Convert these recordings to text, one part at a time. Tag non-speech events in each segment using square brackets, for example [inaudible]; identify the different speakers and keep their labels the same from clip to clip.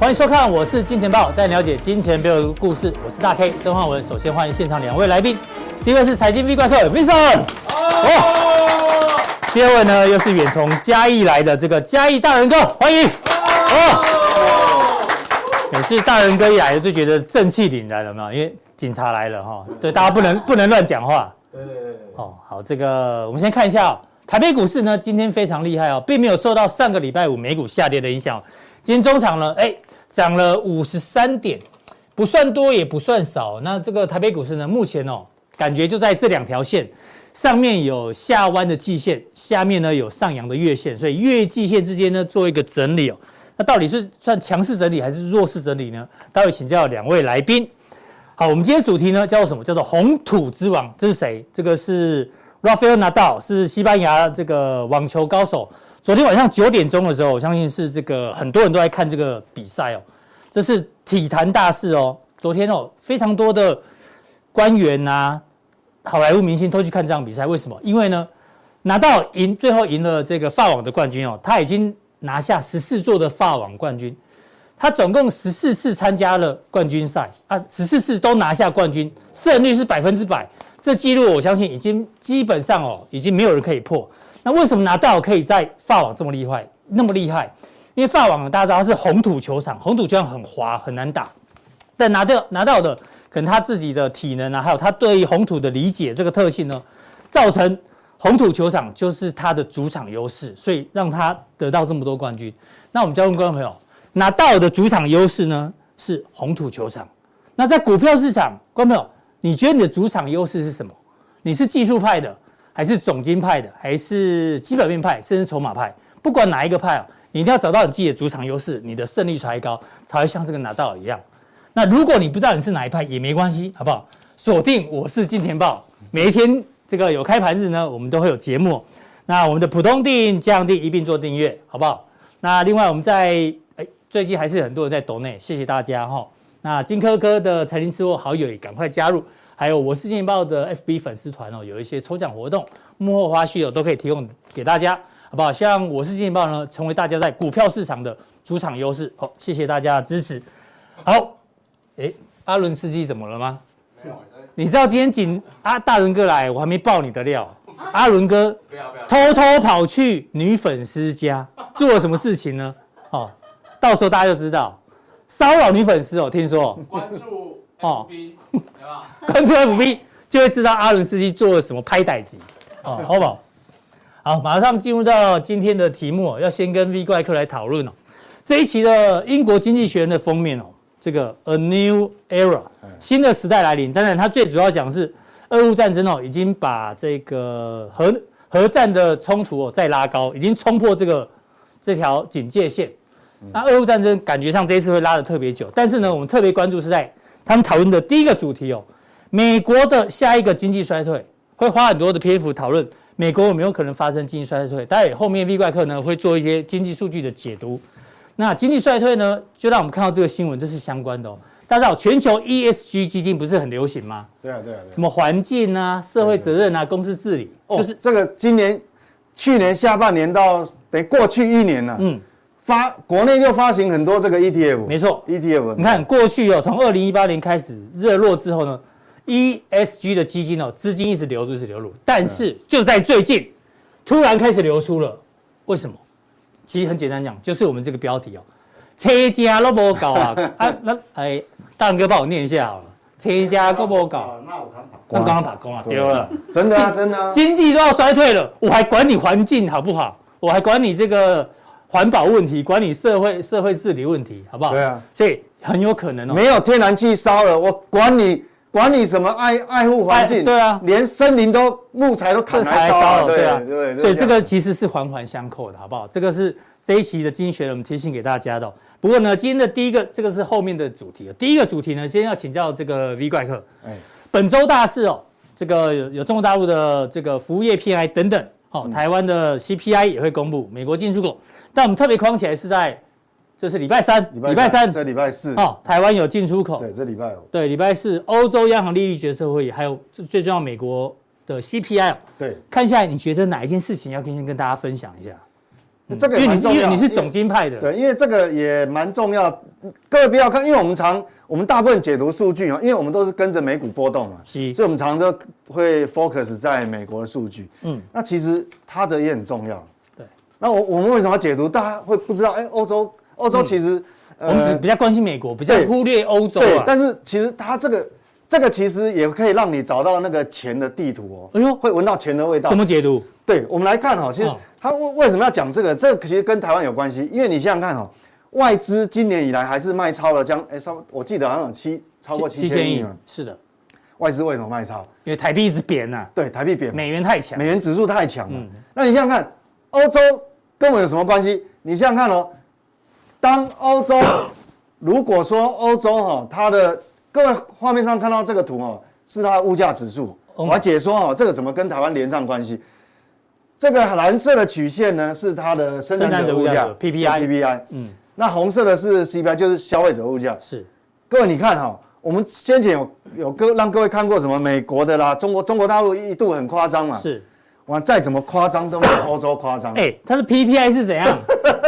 Speaker 1: 欢迎收看，我是金钱豹，带你了解金钱背后的故事。我是大 K 曾焕文。首先欢迎现场两位来宾，第一位是财经 V 怪客 Vincent，哦，第二位呢又是远从嘉义来的这个嘉义大人哥，欢迎。哦，每次大人哥一来就觉得正气凛然，有没有？因为警察来了哈，对，大家不能不能乱讲话。
Speaker 2: 对对对对对，
Speaker 1: 哦，好，这个我们先看一下、哦、台北股市呢，今天非常厉害哦，并没有受到上个礼拜五美股下跌的影响哦、今天中场呢，哎，涨了五十三点，不算多也不算少。哦那这个台北股市呢，目前哦，感觉就在这两条线上面有下弯的季线，下面呢有上扬的月线，所以月季线之间呢做一个整理哦。那到底是算强势整理还是弱势整理呢？待会请教两位来宾。好，我们今天主题呢叫做什么？叫做“红土之王”。这是谁？这个是 Rafael Nadal，是西班牙这个网球高手。昨天晚上九点钟的时候，我相信是这个很多人都在看这个比赛哦。这是体坛大事哦。昨天哦，非常多的官员啊、好莱坞明星都去看这场比赛。为什么？因为呢，拿到赢，最后赢了这个法网的冠军哦。他已经拿下十四座的法网冠军。他总共十四次参加了冠军赛啊，十四次都拿下冠军，胜率是百分之百。这记录我相信已经基本上哦，已经没有人可以破。那为什么拿到可以在法网这么厉害，那么厉害？因为法网大家知道它是红土球场，红土球场很滑很难打，但拿到拿到的可能他自己的体能啊，还有他对于红土的理解这个特性呢，造成红土球场就是他的主场优势，所以让他得到这么多冠军。那我们交问观众朋友。拿到的主场优势呢是红土球场。那在股票市场，观众朋友，你觉得你的主场优势是什么？你是技术派的，还是总金派的，还是基本面派，甚至筹码派？不管哪一个派哦，你一定要找到你自己的主场优势，你的胜率才高，才会像这个拿到一样。那如果你不知道你是哪一派也没关系，好不好？锁定我是金钱豹，每一天这个有开盘日呢，我们都会有节目。那我们的普通定、降定一并做订阅，好不好？那另外我们在哎最近还是很多人在抖内，谢谢大家哈。那金科科的财经吃货好友也赶快加入，还有我是金钱豹的 FB 粉丝团哦，有一些抽奖活动、幕后花絮哦，都可以提供给大家，好不好？希望我是金钱豹呢，成为大家在股票市场的主场优势。好，谢谢大家的支持。好，诶，阿伦司机怎么了吗？你知道今天紧阿、大伦哥来，我还没爆你的料。阿伦哥
Speaker 2: 不要不要，
Speaker 1: 偷偷跑去女粉丝家做了什么事情呢？哦，到时候大家就知道。骚扰女粉丝哦，听说
Speaker 2: 关注
Speaker 1: 哦
Speaker 2: FB，对吧？
Speaker 1: 关注 FB 就会知道阿伦斯基做了什么拍歹集哦，好不好？好，马上进入到今天的题目、哦，要先跟 V 怪客来讨论哦。这一期的英国经济学人的封面哦，这个 A New Era 新的时代来临。当然，它最主要讲是俄乌战争哦，已经把这个核核战的冲突哦再拉高，已经冲破这个这条警戒线。那俄乌战争感觉上这一次会拉得特别久，但是呢，我们特别关注是在他们讨论的第一个主题哦，美国的下一个经济衰退，会花很多的篇幅讨论美国有没有可能发生经济衰退。待会后面 V 怪客呢会做一些经济数据的解读。那经济衰退呢，就让我们看到这个新闻，这是相关的哦。大家知道全球 ESG 基金不是很流行吗？
Speaker 2: 对啊对啊对啊，
Speaker 1: 什么环境啊、社会责任啊、公司治理，
Speaker 3: 就
Speaker 1: 就是是
Speaker 3: 哦这个今年、去年下半年到等于过去一年了、
Speaker 1: 嗯，
Speaker 3: 发国内就发行很多这个 E ETF，
Speaker 1: 没错。
Speaker 3: ，ETF，
Speaker 1: 你看过去哦，从二零一八年开始热络之后呢，ESG 的基金哦，资金一直流入，一直流入，但是就在最近，突然开始流出了，为什么？其实很简单讲，就是我们这个标题哦，车家都不搞啊 [laughs] 啊，那哎，大仁哥帮我念一下好了，车家都不搞，
Speaker 2: 那我看法。
Speaker 1: 那刚刚打工啊，丢了。
Speaker 3: 真的啊，
Speaker 1: 这
Speaker 3: 真的啊，
Speaker 1: 经济都要衰退了，我还管你环境好不好？我还管你这个环保问题，管你社会社会治理问题，好不好？
Speaker 3: 对啊，
Speaker 1: 所以很有可能哦。
Speaker 3: 没有天然气烧了，我管你管你什么爱爱护环
Speaker 1: 哎
Speaker 3: 境，
Speaker 1: 对啊
Speaker 3: 连森林都木材都砍
Speaker 1: 这台
Speaker 3: 来烧
Speaker 1: 烧
Speaker 3: 了，
Speaker 1: 了，对啊，
Speaker 3: 对，
Speaker 1: 所以这
Speaker 3: 样
Speaker 1: 个其实是环环相扣的，好不好？这个是这一期的经济学人我们提醒给大家的哦。不过呢，今天的第一个，这个是后面的主题哦。第一个主题呢，先要请教这个 V 怪客，
Speaker 3: 哎
Speaker 1: 本周大事哦，这个有有中国大陆的这个服务业 PI 等等，哦，
Speaker 3: 嗯
Speaker 1: 台湾的 CPI 也会公布，美国进出口，但我们特别框起来是在，这是礼拜三，礼拜三
Speaker 3: 这礼拜四，
Speaker 1: 哦，台湾有进出口，
Speaker 3: 对，这礼拜五，
Speaker 1: 对，礼拜四欧洲央行利率决策会议，还有最最重要美国的 CPI 哦。
Speaker 3: 对，
Speaker 1: 看下来，你觉得哪一件事情要先跟大家分享一下？
Speaker 3: 这个
Speaker 1: 嗯因为
Speaker 3: 也
Speaker 1: 你
Speaker 3: 蛮
Speaker 1: 是
Speaker 3: 重
Speaker 1: 因为
Speaker 3: 要。
Speaker 1: 你是总经派的，
Speaker 3: 对，因为这个也蛮重要，各位不要看，因为我们常我们大部分解读数据啊，因为我们都是跟着美股波动嘛，
Speaker 1: 是
Speaker 3: 所以我们常常都会 focus 在美国的数据。
Speaker 1: 嗯
Speaker 3: 嗯，那其实它的也很重要。
Speaker 1: 对，
Speaker 3: 那我我们为什么要解读？大家会不知道，哎，欧洲欧洲其实、
Speaker 1: 嗯我们只比较关心美国，比较
Speaker 3: 呃对
Speaker 1: 忽略欧洲
Speaker 3: 对，
Speaker 1: 啊。
Speaker 3: 但是其实它这个这个其实也可以让你找到那个钱的地图哦，
Speaker 1: 哎呦
Speaker 3: 会闻到钱的味道
Speaker 1: 怎。么解读？
Speaker 3: 对，我们来看哈、其实
Speaker 1: 嗯
Speaker 3: 他为为什么要讲这个？这个其实跟台湾有关系，因为你想想看哈、外资今年以来还是卖超了将，哎，稍我记得好像有七超过七千亿嘛。啊
Speaker 1: 是的，
Speaker 3: 外资为什么卖超？
Speaker 1: 因为台币一直贬啊呐，
Speaker 3: 对，台币贬嘛，
Speaker 1: 美元太强。嗯
Speaker 3: 美元指数太强了。那你想想看，欧洲跟我有什么关系？你想想看哦，当欧洲如果说欧洲哈、它的各位画面上看到这个图哦，是它的物价指数。
Speaker 1: 哦
Speaker 3: 我要解说哦，这个怎么跟台湾连上关系？这个蓝色的曲线呢是它的生产
Speaker 1: 生产者
Speaker 3: 者
Speaker 1: 物
Speaker 3: 物
Speaker 1: 价
Speaker 3: 价
Speaker 1: 指 PPI
Speaker 3: PPI，
Speaker 1: 嗯，
Speaker 3: 那红色的是 CPI，就是消费者物价。
Speaker 1: 是
Speaker 3: 各位你看哈、我们先前有有各让各位看过什么美国的啦，中国中国大陆一度很夸张嘛，
Speaker 1: 是，
Speaker 3: 哇，再怎么夸张都没有欧洲夸张。
Speaker 1: 哎，它的 PPI 是怎样？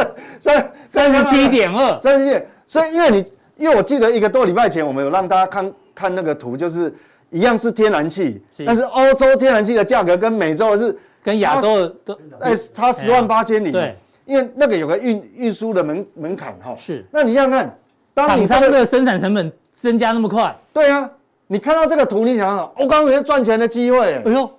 Speaker 3: [laughs] 三
Speaker 1: 三十七，点二，
Speaker 3: 三十七。所以因为你，因为我记得一个多礼拜前，我们有让大家看看那个图，就是一样是天然气，
Speaker 1: 是
Speaker 3: 但是欧洲天然气的价格跟美洲的是
Speaker 1: 跟亚洲的都
Speaker 3: 哎差十万八千里。
Speaker 1: 对，
Speaker 3: 因为那个有个运运输的门门槛哈。
Speaker 1: 是
Speaker 3: 那你想想看，当
Speaker 1: 厂
Speaker 3: 你
Speaker 1: 商
Speaker 3: 这个
Speaker 1: 的生产成本增加那么快，
Speaker 3: 对啊，你看到这个图，你想想，我刚刚有赚钱的机会。
Speaker 1: 哎呦，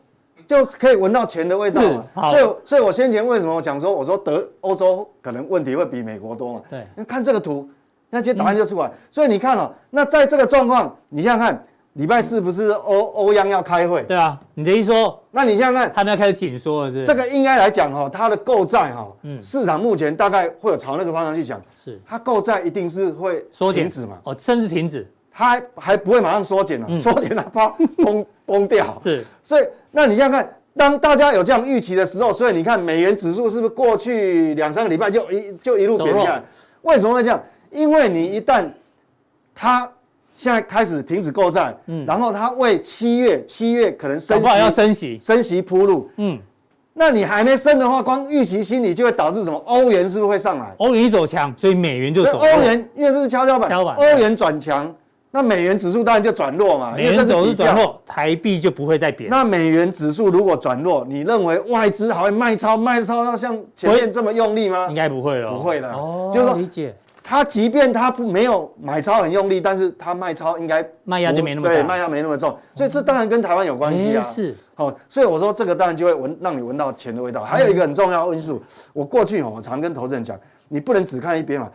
Speaker 3: 就可以闻到钱的味道嘛
Speaker 1: 是好
Speaker 3: 所以，所以我先前为什么我讲说，我说德欧洲可能问题会比美国多嘛？
Speaker 1: 对
Speaker 3: 你看这个图，那些答案就出来。所以你看哦，那在这个状况，你想想看，礼拜四不是欧欧央要开会？
Speaker 1: 对啊，你的意思说
Speaker 3: 那你想想看，
Speaker 1: 他们要开始紧缩了，是不是？
Speaker 3: 这个应该来讲哈、哦，它的购债哈、哦，
Speaker 1: 嗯
Speaker 3: 市场目前大概会有朝那个方向去讲，
Speaker 1: 是
Speaker 3: 它购债一定是会
Speaker 1: 缩减
Speaker 3: 停止嘛，
Speaker 1: 哦，甚至停止
Speaker 3: 它还不会马上缩减了，缩减了怕崩崩掉。
Speaker 1: 嗯 [laughs] 是
Speaker 3: 所以，那你想想看，当大家有这样预期的时候，所以你看美元指数是不是过去两三个礼拜就一就一路
Speaker 1: 走
Speaker 3: 贬
Speaker 1: 弱
Speaker 3: 下来？为什么会这样？因为你一旦它现在开始停止购债，
Speaker 1: 嗯
Speaker 3: 然后它为七月七月可能
Speaker 1: 搞
Speaker 3: 哦升
Speaker 1: 不好要
Speaker 3: 息
Speaker 1: 升息，
Speaker 3: 升息铺路，
Speaker 1: 嗯，
Speaker 3: 那你还没升的话，光预期心理就会导致什么？欧元是不是会上来？
Speaker 1: 欧元一走强，所以美元就
Speaker 3: 所以
Speaker 1: 走弱
Speaker 3: 欧元因为这是跷跷板
Speaker 1: 跷板，
Speaker 3: 欧元转强，那美元指数当然就转弱嘛，
Speaker 1: 美
Speaker 3: 因为
Speaker 1: 元
Speaker 3: 这
Speaker 1: 走是
Speaker 3: 是比较
Speaker 1: 转弱，台币就不会再贬，
Speaker 3: 那美元指数如果转弱，你认为外资还会卖超卖超到像前面这么用力吗
Speaker 1: 应？该不会了哦，
Speaker 3: 不会了
Speaker 1: 哦，
Speaker 3: 就是说
Speaker 1: 理解
Speaker 3: 它即便它不没有买超很用力，但是它卖超应该
Speaker 1: 卖压就没那么
Speaker 3: 对，
Speaker 1: 大，
Speaker 3: 卖压没那么重，所以这当然跟台湾有关系啊。
Speaker 1: 哎是
Speaker 3: 好、所以我说这个当然就会闻让你闻到钱的味道。还有一个很重要的因素，我过去哦，我常跟投资人讲，你不能只看一边嘛，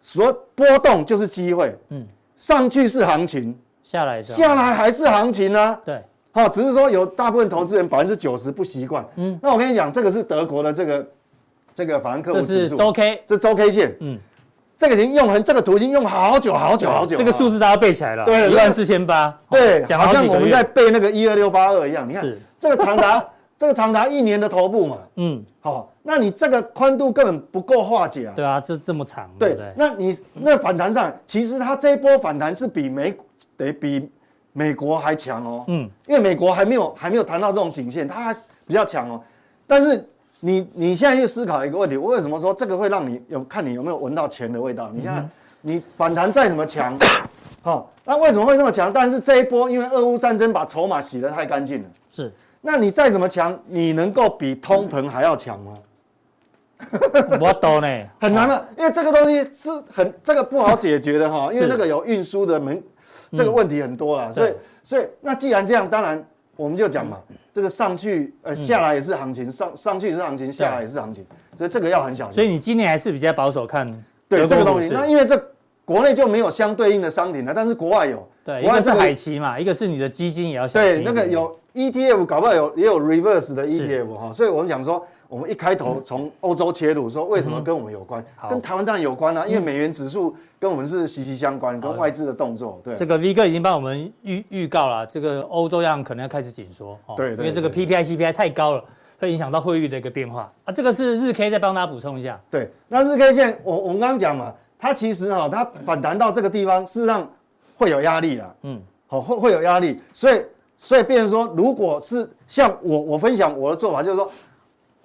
Speaker 3: 所波动就是机会，
Speaker 1: 嗯啊
Speaker 3: 嗯，上去是行情，
Speaker 1: 下来是吧
Speaker 3: 下来还是行情呢、啊。
Speaker 1: 对
Speaker 3: 好、只是说有大部分投资人百分之九十不习惯。
Speaker 1: 嗯
Speaker 3: 嗯，那我跟你讲，这个是德国的这个这个法兰克
Speaker 1: 这
Speaker 3: 福指
Speaker 1: 是
Speaker 3: 数，
Speaker 1: 周 K，
Speaker 3: 这周 K 线，
Speaker 1: 嗯，
Speaker 3: 这个已经用很这个图已经用好久好久好久了。啊
Speaker 1: 这个数字大家背起来了，
Speaker 3: 对
Speaker 1: 一万四千八，哦
Speaker 3: 对，
Speaker 1: 讲
Speaker 3: 好
Speaker 1: 好
Speaker 3: 像
Speaker 1: 几
Speaker 3: 我
Speaker 1: 个
Speaker 3: 们在
Speaker 1: 月，
Speaker 3: 背那个一二六八二一样。你看
Speaker 1: 是，
Speaker 3: 这个长达这个长达一年的头部嘛，
Speaker 1: 嗯，
Speaker 3: 好、那你这个宽度根本不够化解啊。
Speaker 1: 对啊，这这么长，对
Speaker 3: 对
Speaker 1: 不对？
Speaker 3: 那你那反弹上来，其实它这一波反弹是比美股得比美国还强哦。
Speaker 1: 嗯，
Speaker 3: 因为美国还没有还没有谈到这种颈线，它还比较强哦。但是你你现在去思考一个问题，我为什么说这个会让你有看你有没有闻到钱的味道？你现
Speaker 1: 嗯
Speaker 3: 在、你反弹再怎么强， [coughs] 好、那为什么会这么强？但是这一波因为俄乌战争把筹码洗得太干净了，
Speaker 1: 是
Speaker 3: 那你再怎么强，你能够比通膨还要强吗？
Speaker 1: 我懂
Speaker 3: [laughs]
Speaker 1: 呢，
Speaker 3: 很难的，因为这个东西是很这个不好解决的哈，
Speaker 1: 是嗯
Speaker 3: 因为那个有运输的门，这个问题很多啊啦，所以
Speaker 1: 对
Speaker 3: 所以那既然这样，当然我们就讲
Speaker 1: 嗯
Speaker 3: 嘛，这个上去呃下来也是行情，上上去也是行情，下来也是行情，所以这个要很小
Speaker 1: 所
Speaker 3: 心。
Speaker 1: 以你今年还是比较保守看
Speaker 3: 对
Speaker 1: 德
Speaker 3: 这
Speaker 1: 国
Speaker 3: 个
Speaker 1: 股
Speaker 3: 东西，
Speaker 1: 市，
Speaker 3: 那因为这国内就没有相对应的商品了，但是国外有，
Speaker 1: 对，一
Speaker 3: 国外
Speaker 1: 个是
Speaker 3: 这个
Speaker 1: 海奇嘛，一个是你的基金也要小心
Speaker 3: 对
Speaker 1: 一点，
Speaker 3: 那个有 ETF，搞不好有也有 reverse 的
Speaker 1: 是
Speaker 3: ETF 哈，所以我们讲说。我们一开头从欧洲切入，说为什么跟我们有关？
Speaker 1: 嗯好
Speaker 3: 跟台湾当然有关啊啦、因为美元指数跟我们是息息相关，跟外资的动作，对。
Speaker 1: 这个 V 哥已经帮我们预预告了，这个欧洲央行可能要开始紧缩，哦
Speaker 3: 对
Speaker 1: 因
Speaker 3: 对
Speaker 1: 为这个 PPI、CPI 太高了，会影响到汇率的一个变化啊。这个是日 K 再帮大家补充一下，
Speaker 3: 对，那日 K 线，我我们刚刚讲嘛，它其实哈、它反弹到这个地方，事实上会有压力啦，
Speaker 1: 嗯，
Speaker 3: 好、会会有压力，所以所以变成说，如果是像我我分享我的做法，就是说，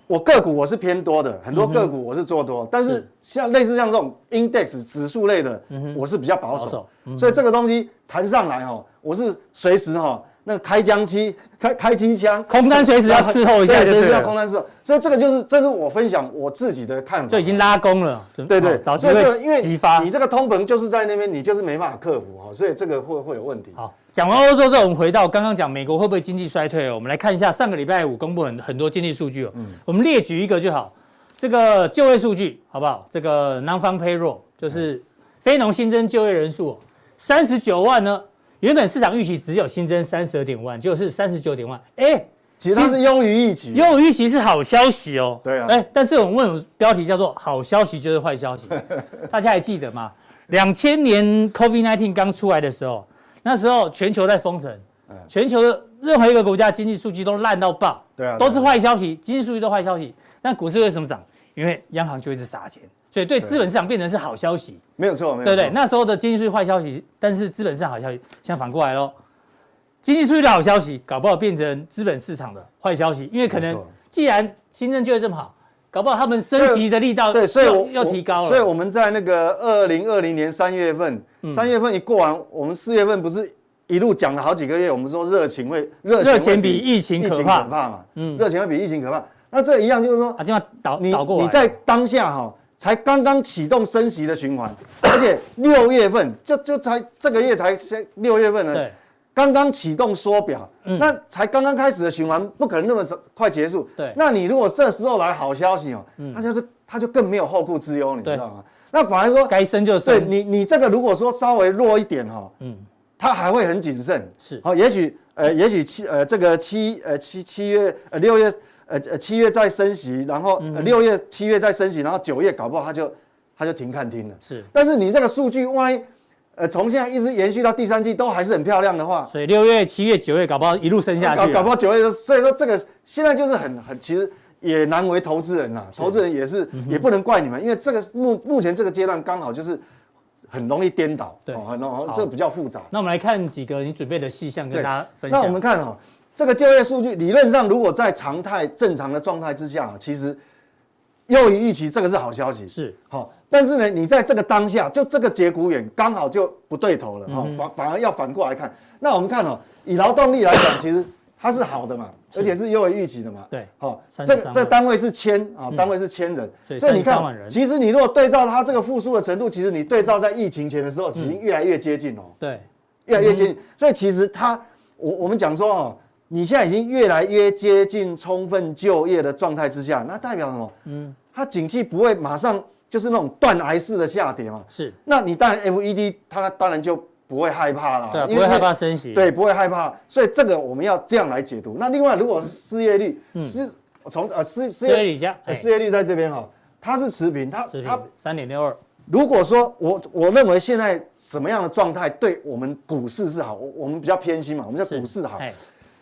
Speaker 3: 我个股我是偏多的，很多个股我是做
Speaker 1: 嗯
Speaker 3: 多，但是像类似像这种 index 指数类的，我是比较保
Speaker 1: 嗯保守嗯
Speaker 3: 守，所以这个东西弹上来哈，我是随时哈那个开枪期开开机枪，
Speaker 1: 空单随时要伺候一下就
Speaker 3: 对，
Speaker 1: 对
Speaker 3: 随时要
Speaker 1: 了，
Speaker 3: 空单伺候，所以这个就是这是我分享我自己的看法，
Speaker 1: 就已经拉弓了，准
Speaker 3: 对对
Speaker 1: 好，早期
Speaker 3: 所以这个因
Speaker 1: 会
Speaker 3: 为
Speaker 1: 激发
Speaker 3: 你。这个通膨就是在那边，你就是没办法克服哈，所以这个会会有问题。
Speaker 1: 好，讲完欧洲之后，我们回到刚刚讲美国会不会经济衰退哦？我们来看一下上个礼拜五公布很很多经济数据哦，我们列举一个就好，这个就业数据好不好？这个 non-farm payroll 就是非农新增就业人数哦三十九万呢，原本市场预期只有新增三十二点万，结果是三十九点万，哎，
Speaker 3: 其实它是优于预期，
Speaker 1: 优于预期是好消息哦。
Speaker 3: 对啊
Speaker 1: 哎，但是我们问标题叫做“好消息就是坏
Speaker 3: [laughs]
Speaker 1: 消息”，大家还记得吗？两千年 COVID-19 刚出来的时候，那时候全球在封城，
Speaker 3: 嗯
Speaker 1: 全球的任何一个国家经济数据都烂到爆，
Speaker 3: 对啊对啊
Speaker 1: 都是坏消息，经济数据都坏消息。那股市为什么涨？因为央行就一直撒钱，所以对
Speaker 3: 啊
Speaker 1: 资本市场变成是好消息。
Speaker 3: 没有错，没有
Speaker 1: 对
Speaker 3: 错。
Speaker 1: 不对？那时候的经济数据坏消息，但是资本市场好消息，现在反过来喽，经济数据的好消息，搞不好变成资本市场的坏消息，因为可
Speaker 3: 没
Speaker 1: 能
Speaker 3: 错
Speaker 1: 既然新政就业这么好，搞不好他们升息的力道
Speaker 3: 对，所以
Speaker 1: 又
Speaker 3: 我
Speaker 1: 又提高了，
Speaker 3: 所以我们在那个二零二零年三月份，
Speaker 1: 嗯
Speaker 3: 三月份一过完，我们四月份不是一路讲了好几个月，我们说热情会热
Speaker 1: 热
Speaker 3: 会
Speaker 1: 钱比疫情
Speaker 3: 疫
Speaker 1: 可
Speaker 3: 情可
Speaker 1: 怕
Speaker 3: 怕嘛，
Speaker 1: 嗯
Speaker 3: 嗯，热情会比疫情可怕。那这一样就是说，
Speaker 1: 啊，今晚倒
Speaker 3: 你
Speaker 1: 倒过来，
Speaker 3: 你在当下哈、才刚刚启动升息的
Speaker 1: [coughs]
Speaker 3: 循环，而且六月份就就才这个月才先六月份呢
Speaker 1: 对，
Speaker 3: 刚刚启动缩表，
Speaker 1: 嗯
Speaker 3: 那才刚刚开始的循环，不可能那么快结束。
Speaker 1: 对嗯
Speaker 3: 那你如果这时候来好消息哦，他就是他就更没有后顾之忧，你
Speaker 1: 对
Speaker 3: 知道吗？那反而说，
Speaker 1: 该升就
Speaker 3: 对
Speaker 1: 升，
Speaker 3: 你你这个如果说稍微弱一点哈、
Speaker 1: 嗯，
Speaker 3: 他还会很谨慎。
Speaker 1: 是
Speaker 3: 好、也许呃，也许七呃这个七呃七七月呃六月呃呃七月再升息，然后
Speaker 1: 嗯
Speaker 3: 呃六、月七月再升息，然后九月搞不好他就他就停看听了。
Speaker 1: 是。
Speaker 3: 但是你这个数据万一呃从现在一直延续到第三季都还是很漂亮的话，
Speaker 1: 所以六月、七月、九月，搞不好一路升下去
Speaker 3: 搞
Speaker 1: 啊，
Speaker 3: 搞不好九月就，所以说这个现在就是很很其实。也难为投资人啦，啊投资人也是、
Speaker 1: 嗯
Speaker 3: 也不能怪你们，因为这个目目前这个阶段刚好就是很容易颠倒，哦
Speaker 1: 对
Speaker 3: 很容易
Speaker 1: 好
Speaker 3: 这比较复杂。
Speaker 1: 那我们来看几个你准备的细项跟
Speaker 3: 对
Speaker 1: 大家分享。
Speaker 3: 那我们看哈、这个就业数据理论上如果在常态正常的状态之下、啊其实优于预期，这个是好消息。
Speaker 1: 是
Speaker 3: 好、但是呢，你在这个当下，就这个节骨眼刚好就不对头
Speaker 1: 嗯
Speaker 3: 了哈、反反而要反过来看。那我们看哦，以劳动力来讲，其实它是好的嘛，而且是优于预期的嘛。
Speaker 1: 对
Speaker 3: 好、
Speaker 1: 33
Speaker 3: 这个
Speaker 1: 万嗯
Speaker 3: 这单位是千啊、单位是千人，
Speaker 1: 所以
Speaker 3: 你
Speaker 1: 33
Speaker 3: 看
Speaker 1: 万人，
Speaker 3: 其实你如果对照它这个复苏的程度，其实你对照在疫情前的时候，已
Speaker 1: 嗯
Speaker 3: 经越来越接近哦。
Speaker 1: 对，
Speaker 3: 越来
Speaker 1: 嗯
Speaker 3: 越接近。所以其实它，我我们讲说哦，你现在已经越来越接近充分就业的状态之下，那代表什么？嗯，它景气不会马上就是那种断崖式的下跌嘛。
Speaker 1: 是，
Speaker 3: 那你当然 FED 它当然就不会害怕啦，
Speaker 1: 对啊，不
Speaker 3: 因为
Speaker 1: 会害怕升息，
Speaker 3: 对，不会害怕。所以这个我们要这样来解读。那另外，如果是失业率，
Speaker 1: 嗯
Speaker 3: 失从呃失失
Speaker 1: 所以
Speaker 3: 业
Speaker 1: 你家
Speaker 3: 呃失
Speaker 1: 哎
Speaker 3: 业率在这边哈、它是持平，它
Speaker 1: 持
Speaker 3: 它
Speaker 1: 平三点六二，
Speaker 3: 如果说我我认为现在什么样的状态对我们股市是好，我我们比较偏心嘛，我们叫
Speaker 1: 是
Speaker 3: 股市好。
Speaker 1: 哎，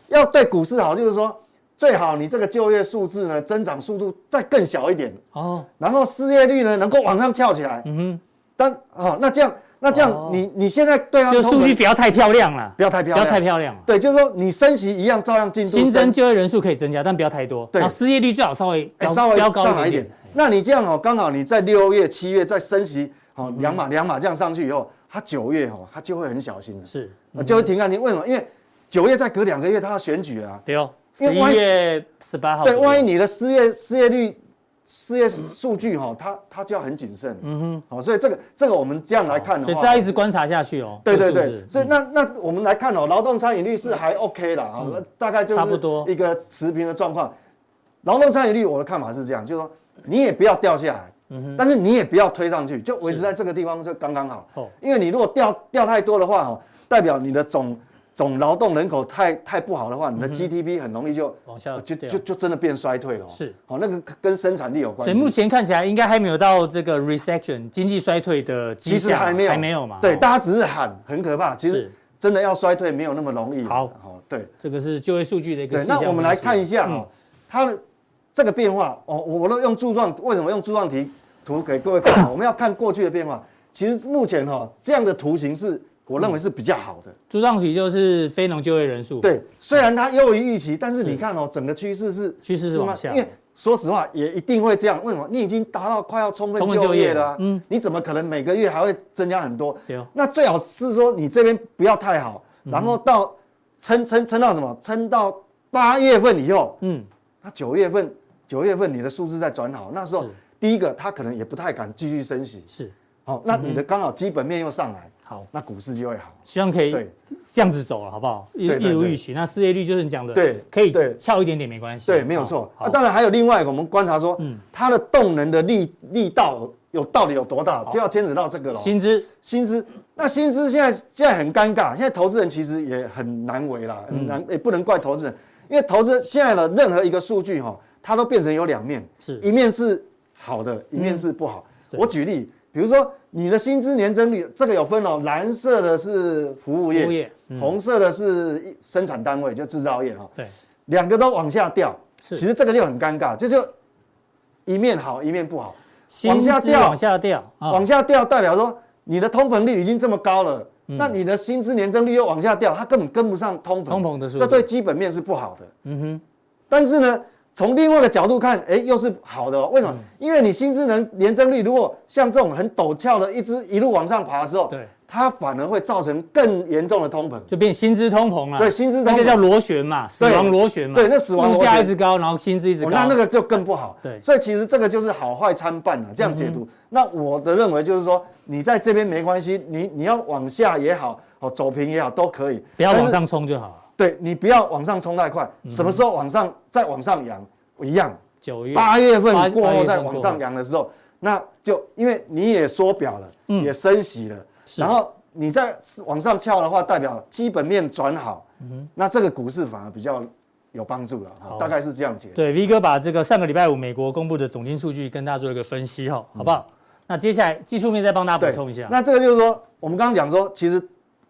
Speaker 3: 要对股市好，就是说最好你这个就业数字呢增长速度再更小一点，
Speaker 1: 哦，
Speaker 3: 然后失业率呢能够往上翘起来。
Speaker 1: 嗯哼。
Speaker 3: 但哦，那这样那这样
Speaker 1: 哦
Speaker 3: 你你现在对它
Speaker 1: 就
Speaker 3: 通
Speaker 1: 数据
Speaker 3: 膨
Speaker 1: 不要太漂亮了，
Speaker 3: 不要太漂
Speaker 1: 不要
Speaker 3: 亮，
Speaker 1: 太漂亮了。
Speaker 3: 对，就是说你升息一样照样进度
Speaker 1: 新增就业人数可以增加，但不要太多。
Speaker 3: 对
Speaker 1: 然后失业率最好稍微
Speaker 3: 哎
Speaker 1: 飙
Speaker 3: 稍微
Speaker 1: 飙
Speaker 3: 上
Speaker 1: 高
Speaker 3: 来
Speaker 1: 一
Speaker 3: 一
Speaker 1: 点
Speaker 3: 点。。那你这样哦，刚好你在六月、七月再升息，哦，两
Speaker 1: 嗯
Speaker 3: 码两码这样上去以后，它九月哦，它就会很小心了。
Speaker 1: 是，
Speaker 3: 啊，就会停看停。为什么？因为九月再隔两个月，他要选举啊。
Speaker 1: 对哦。
Speaker 3: 因
Speaker 1: 十
Speaker 3: 为
Speaker 1: 一
Speaker 3: 万一
Speaker 1: 月十八号左
Speaker 3: 对，
Speaker 1: 右。
Speaker 3: 万一你的失业失业率、失业数据哈、它它就要很谨慎。嗯哼。好，所以这个这个我们这样来看的
Speaker 1: 所
Speaker 3: 话，
Speaker 1: 以这要一直观察下去哦。
Speaker 3: 对对
Speaker 1: 这个数
Speaker 3: 对
Speaker 1: 字，嗯
Speaker 3: 所以那那我们来看哦，劳动参与率是还 OK 啦，啊，大概就是
Speaker 1: 差不多
Speaker 3: 一个持平的状况。劳动参与率我的看法是这样，就是说你也不要掉下来，
Speaker 1: 嗯
Speaker 3: 但是你也不要推上去，就维持在这个地方就刚刚好。
Speaker 1: 哦
Speaker 3: 因为你如果掉掉太多的话哦，代表你的总总劳动人口太太不好的话，你的 GDP 很容易就
Speaker 1: 往下嗯
Speaker 3: 就
Speaker 1: 哦掉
Speaker 3: 就就真的变衰退了哦。
Speaker 1: 是
Speaker 3: 好，那个跟生产力有关
Speaker 1: 所
Speaker 3: 系。
Speaker 1: 以目前看起来应该还没有到这个 recession 经济衰退的迹
Speaker 3: 其
Speaker 1: 象，
Speaker 3: 实还没有，
Speaker 1: 还没有嘛。
Speaker 3: 对，
Speaker 1: 哦
Speaker 3: 大家只是喊，很可怕。其实
Speaker 1: 是
Speaker 3: 真的要衰退没有那么容易。
Speaker 1: 好
Speaker 3: 好，对
Speaker 1: 这个是就业数据的一个
Speaker 3: 对。
Speaker 1: 细项分
Speaker 3: 那
Speaker 1: 析。嗯
Speaker 3: 我们来看一下哈，它的这个变化，哦，我我都用柱状，为什么用柱状哦题图给各位看？我们要看过去的变化。其实目前哈，这样的图形是我认为是比较好的。
Speaker 1: 柱状体就是非农就业人数，，
Speaker 3: 对，虽然它优于预期，但是你看哦，整个趋势是
Speaker 1: 嗯趋势是往
Speaker 3: 吗
Speaker 1: 下
Speaker 3: 因为说实话，也一定会这样。为什么？你已经达到快要充分
Speaker 1: 充分就
Speaker 3: 就
Speaker 1: 业
Speaker 3: 业了
Speaker 1: 了
Speaker 3: 啊，
Speaker 1: 嗯
Speaker 3: 你怎么可能每个月还会增加很多？
Speaker 1: 对哦，嗯
Speaker 3: 那最好是说你这边不要太好，然后到撑撑撑到什么？撑到八月份以后，
Speaker 1: 嗯，
Speaker 3: 那九月份九月份你的数字再转好，那时候
Speaker 1: 是
Speaker 3: 第一个他可能也不太敢继续升息，
Speaker 1: 是
Speaker 3: 好、那你的刚好基本面又上来，
Speaker 1: 嗯好，
Speaker 3: 那股市就会好。
Speaker 1: 希望可以
Speaker 3: 对
Speaker 1: 这样子走了，好不好？一
Speaker 3: 对对
Speaker 1: 一如
Speaker 3: 对
Speaker 1: 预期。那失业率就是你讲的，
Speaker 3: 对
Speaker 1: 可以
Speaker 3: 对
Speaker 1: 翘一点点没关系，
Speaker 3: 对，没有
Speaker 1: 好
Speaker 3: 错。
Speaker 1: 好
Speaker 3: 啊，当然还有另外一个，我们观察说，
Speaker 1: 嗯
Speaker 3: 它的动能的力力道有有到底有多大，就要牵扯到这个了。
Speaker 1: 薪资
Speaker 3: 薪资，那薪资现在现在很尴尬，现在投资人其实也很难为啦，
Speaker 1: 嗯
Speaker 3: 很难也不能怪投资人，因为投资现在的任何一个数据哈、它都变成有两面，
Speaker 1: 是嗯
Speaker 3: 一面是好的，一面是不好。
Speaker 1: 对
Speaker 3: 我举例，比如说你的薪资年增率，这个有分哦，蓝色的是服务业，
Speaker 1: 服务业嗯
Speaker 3: 红色的是生产单位，就制造业哈、
Speaker 1: 对
Speaker 3: 两个都往下掉，
Speaker 1: 是
Speaker 3: 其实这个就很尴尬，这就一面好一面不好，
Speaker 1: 薪
Speaker 3: 下
Speaker 1: 资
Speaker 3: 掉
Speaker 1: 往下掉啊，
Speaker 3: 往下掉代表说你的通膨率已经这么高了，
Speaker 1: 嗯
Speaker 3: 那你的薪资年增率又往下掉，它根本跟不上通膨，
Speaker 1: 通膨的速度
Speaker 3: 这对基本面是不好的。
Speaker 1: 嗯哼，
Speaker 3: 但是呢，从另外一个角度看，哎，又是好的、哦。为什
Speaker 1: 嗯
Speaker 3: 么？因为你薪资能年增率如果像这种很陡峭的一直一路往上爬的时候，
Speaker 1: 对，
Speaker 3: 它反而会造成更严重的通膨。
Speaker 1: 就变薪资通膨了，
Speaker 3: 对薪资通膨
Speaker 1: 那个叫螺旋嘛，死亡螺旋嘛，
Speaker 3: 对那死亡
Speaker 1: 物
Speaker 3: 螺旋
Speaker 1: 价一直高，然后薪资一直
Speaker 3: 哦
Speaker 1: 高，
Speaker 3: 那那个就更不好。
Speaker 1: 对嗯
Speaker 3: 所以其实这个就是好坏参半了、这样解读。那我的认为就是说，你在这边没关系，你你要往下也好，哦走平也好都可以，
Speaker 1: 不要往
Speaker 3: 但是。
Speaker 1: 上嗯冲就好了。
Speaker 3: 对你不要往上冲太快，什么时候往上再往上扬一样，
Speaker 1: 九月
Speaker 3: 八月
Speaker 1: 嗯八
Speaker 3: 份过
Speaker 1: 八月份
Speaker 3: 后再往上扬的时候，那就因为你也缩表了，也升息了，
Speaker 1: 嗯是
Speaker 3: 然后你再往上翘的话，代表基本面转好，那这个股市反而比较有帮助了，
Speaker 1: 嗯好
Speaker 3: 哈大概是这样解读。
Speaker 1: 对 V 哥把这个上个礼拜五美国公布的总经数据跟大家做一个分析哈，好不好？那接下来技术面再帮大家
Speaker 3: 嗯对，
Speaker 1: 补充一下。
Speaker 3: 那这个就是说，我们刚刚讲说，其实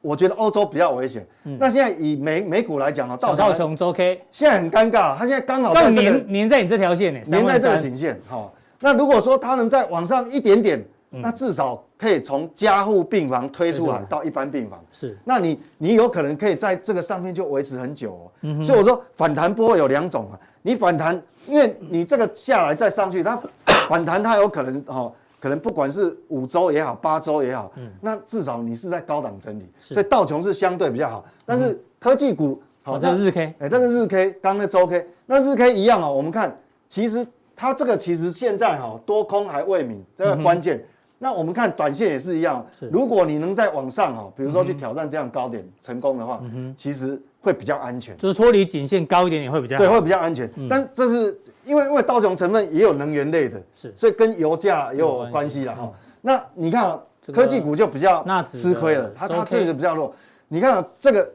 Speaker 3: 我觉得欧洲比较危险。那现在以美美股来讲呢，
Speaker 1: 嗯小
Speaker 3: 道
Speaker 1: 道
Speaker 3: 琼
Speaker 1: 琼周 K
Speaker 3: 现在很尴尬，它现在刚好在
Speaker 1: 刚
Speaker 3: 这个
Speaker 1: 粘粘在你这条线呢，
Speaker 3: 粘在这个
Speaker 1: 33
Speaker 3: 颈线。好、那如果说它能再往上一点点，那至少可以从加护病房推出
Speaker 1: 嗯推出
Speaker 3: 来
Speaker 1: 来
Speaker 3: 到一般病房。
Speaker 1: 是
Speaker 3: 那你你有可能可以在这个上面就维持很久哦。
Speaker 1: 嗯
Speaker 3: 所以我说反弹波有两种啊，你反弹，因为你这个下来再上去，它 [coughs] 反弹它有可能哦，可能不管是五周也好，八周也好，那至少你是在高档整理，
Speaker 1: 嗯是嗯
Speaker 3: 所以道琼是相对比较好，但是科技股好
Speaker 1: 哦，这
Speaker 3: 那
Speaker 1: 是日 K
Speaker 3: 哎，这个日 K 刚刚那周 K，那日 K 一样哦。我们看，其实它这个其实现在哈、哦、多空还未明，这个关键。那我们看短线也是一样
Speaker 1: 是，
Speaker 3: 如果你能在往上哈、哦，比如说去挑战这样高点成功的话，其实会比较安全，
Speaker 1: 就是脱离颈线高一点点会比较
Speaker 3: 对，
Speaker 1: 好。嗯
Speaker 3: 会比较安全。但是这是因为因为道琼成分也有能源类的，
Speaker 1: 是
Speaker 3: 所以跟油价也
Speaker 1: 有
Speaker 3: 有
Speaker 1: 关
Speaker 3: 关
Speaker 1: 系
Speaker 3: 系了哈。那你看、啊
Speaker 1: 这个
Speaker 3: 科技股就比较
Speaker 1: 纳指的
Speaker 3: 吃亏了，它它
Speaker 1: 周 K
Speaker 3: 这个比较弱。你看、啊、这个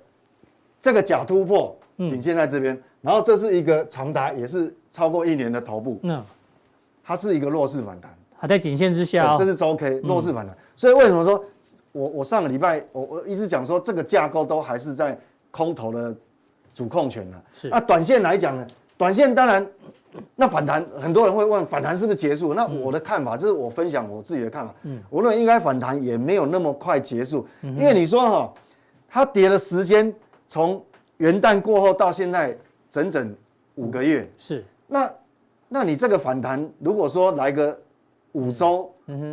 Speaker 3: 这个假突破
Speaker 1: 嗯
Speaker 3: 颈线在这边，然后这是一个长达也是超过一年的头部，
Speaker 1: 那
Speaker 3: 它是一个弱势反弹。
Speaker 1: 嗯还在颈线之下
Speaker 3: 对这
Speaker 1: 哦，
Speaker 3: 是周 K 弱势反弹。所以为什么说我我上个礼拜我我一直讲说这个架构都还是在空头的主控权呢、
Speaker 1: 是
Speaker 3: 那短线来讲呢，短线当然那反弹，很多人会问反弹是不是结束？那
Speaker 1: 嗯
Speaker 3: 我的看法，这是我分享我自己的看法。嗯，我认为应该反弹也没有那么快结束，
Speaker 1: 嗯
Speaker 3: 因为你说哈、它跌的时间从元旦过后到现在整整五个月。
Speaker 1: 是
Speaker 3: 那那你这个反弹，如果说来个五周、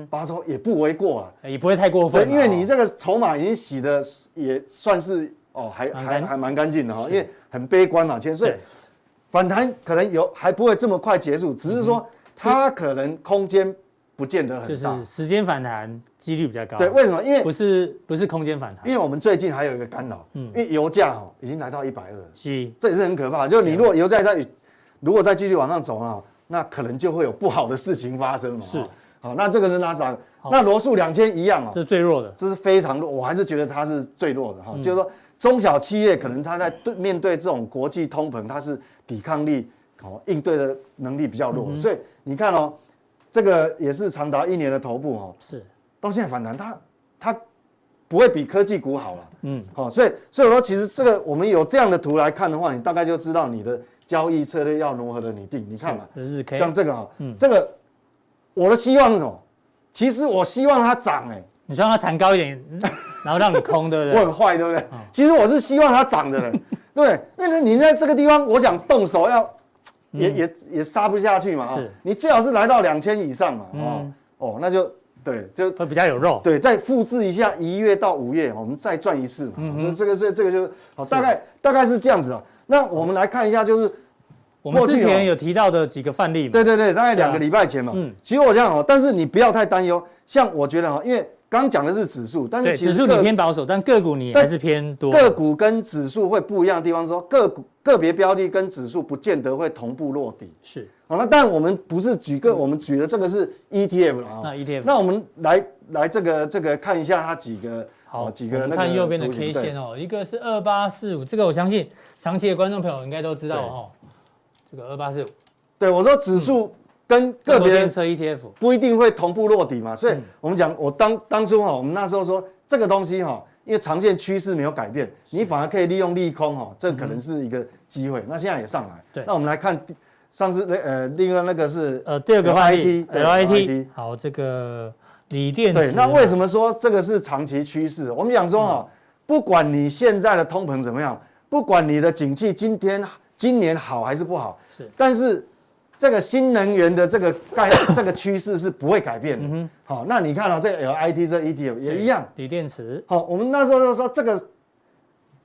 Speaker 3: 八周也不为过啊。
Speaker 1: 嗯也不会太过
Speaker 3: 对，
Speaker 1: 分嘛，
Speaker 3: 因为你
Speaker 1: 哦
Speaker 3: 这个筹码已经洗的也算是哦，还
Speaker 1: 蛮
Speaker 3: 还
Speaker 1: 干
Speaker 3: 还蛮干净的哈、哦，
Speaker 1: 是
Speaker 3: 因为很悲观嘛，其实所以
Speaker 1: 对
Speaker 3: 反弹可能有还不会这么快结束，只是说它可能空间不见得
Speaker 1: 嗯就
Speaker 3: 很大
Speaker 1: 是。时间反弹几率比较高。
Speaker 3: 对，为什么？因为
Speaker 1: 不嗯是不是空间反
Speaker 3: 因
Speaker 1: 弹，
Speaker 3: 为我们最近还有一个干扰，因为油价哦已经来到一百二了。
Speaker 1: 是
Speaker 3: 这也是很可怕。就是你如果油价在，如果再继续往上走啊，那可能就会有不好的事情发生了。
Speaker 1: 是
Speaker 3: 哦，好，那这个是纳斯达克，那罗素两千一样哦，
Speaker 1: 这是最弱的。
Speaker 3: 这是非常弱，我还是觉得它是最弱的哈。就是说，中小企业可能它在对面对这种国际通膨，它是抵抗力哦应对的能力比较弱，所以你看哦，这个也是长达一年的头部哦，
Speaker 1: 是，
Speaker 3: 到现在反弹，它它不会比科技股好了。
Speaker 1: 嗯，
Speaker 3: 好、所以所以我说，其实这个我们有这样的图来看的话，你大概就知道你的交易策略要如何的拟定。你看嘛，
Speaker 1: 这是日嗯 K，
Speaker 3: 像这个哈、这个我的希望是什么？其实我希望它涨哎、
Speaker 1: 你说让它弹高一点，嗯然后让你空，对啊不
Speaker 3: [laughs]
Speaker 1: 对？
Speaker 3: 我很坏，对不对？其实我是希望它
Speaker 1: [laughs]
Speaker 3: 涨的人，对，因为你在这个地方，我想动手要，也也也杀不下去嘛，哦
Speaker 1: 嗯是
Speaker 3: 你最好是来到两千以上嘛，哦
Speaker 1: 嗯
Speaker 3: 哦，那就对，就
Speaker 1: 会比较有肉。
Speaker 3: 对，再复制一下一月到五月，我们再赚一次嘛，
Speaker 1: 嗯
Speaker 3: 所以这个是这个就好，大概大概是这样子啊。那我们来看一下，就是
Speaker 1: 我们
Speaker 3: 过去
Speaker 1: 之前
Speaker 3: 哦
Speaker 1: 有提到的几个范例嘛，
Speaker 3: 对对对，大概两个礼拜前嘛。
Speaker 1: 嗯
Speaker 3: 其实我这样哦，但是你不要太担忧。像我觉得哈，因为刚讲的是指数，但
Speaker 1: 对，
Speaker 3: 是其
Speaker 1: 指
Speaker 3: 实
Speaker 1: 数
Speaker 3: 个
Speaker 1: 你偏保守，但个股你还是偏多。
Speaker 3: 个股跟指数会不一样的地方说，个股个别标的跟指数不见得会同步落底。
Speaker 1: 是
Speaker 3: 好，那但我们不是举个，我们举的这个是 ETF 了啊。
Speaker 1: 那 E ETF
Speaker 3: 那我们来来这个这个看一下它几个
Speaker 1: 好，
Speaker 3: 哦几
Speaker 1: 我
Speaker 3: 个那
Speaker 1: 们
Speaker 3: 个
Speaker 1: 看右边的
Speaker 3: 图形
Speaker 1: K
Speaker 3: 对
Speaker 1: 线哦，一个是二八四五，这个我相信长期的观众朋友应该都知道哦。这个二八四五
Speaker 3: 对，我说指数跟个别
Speaker 1: 嗯电嗯车 E ETF
Speaker 3: 不一定会同步落底嘛，所以我们讲，我当当初哈，我们那时候说这个东西哈，因为长线趋势没有改变，你反而可以利用利空哈，这可能是一个机会。那现在也上来，
Speaker 1: 嗯对
Speaker 3: 那我们来看第上次那呃，另外那个是
Speaker 1: 呃第二个范例
Speaker 3: LIT 对 LIT
Speaker 1: 好，这个锂电池
Speaker 3: 对，
Speaker 1: 嘛，
Speaker 3: 那为什么说这个是长期趋势？我们讲说哈，不管你现在的通膨怎么样，不管你的景气今天今年好还是不好，
Speaker 1: 是
Speaker 3: 但是这个新能源的这个概这个趋势是不会改变的。好，那你看啊，这个 LIT 这 ETF 也一样。
Speaker 1: 锂电池
Speaker 3: 好，我们那时候就说这个，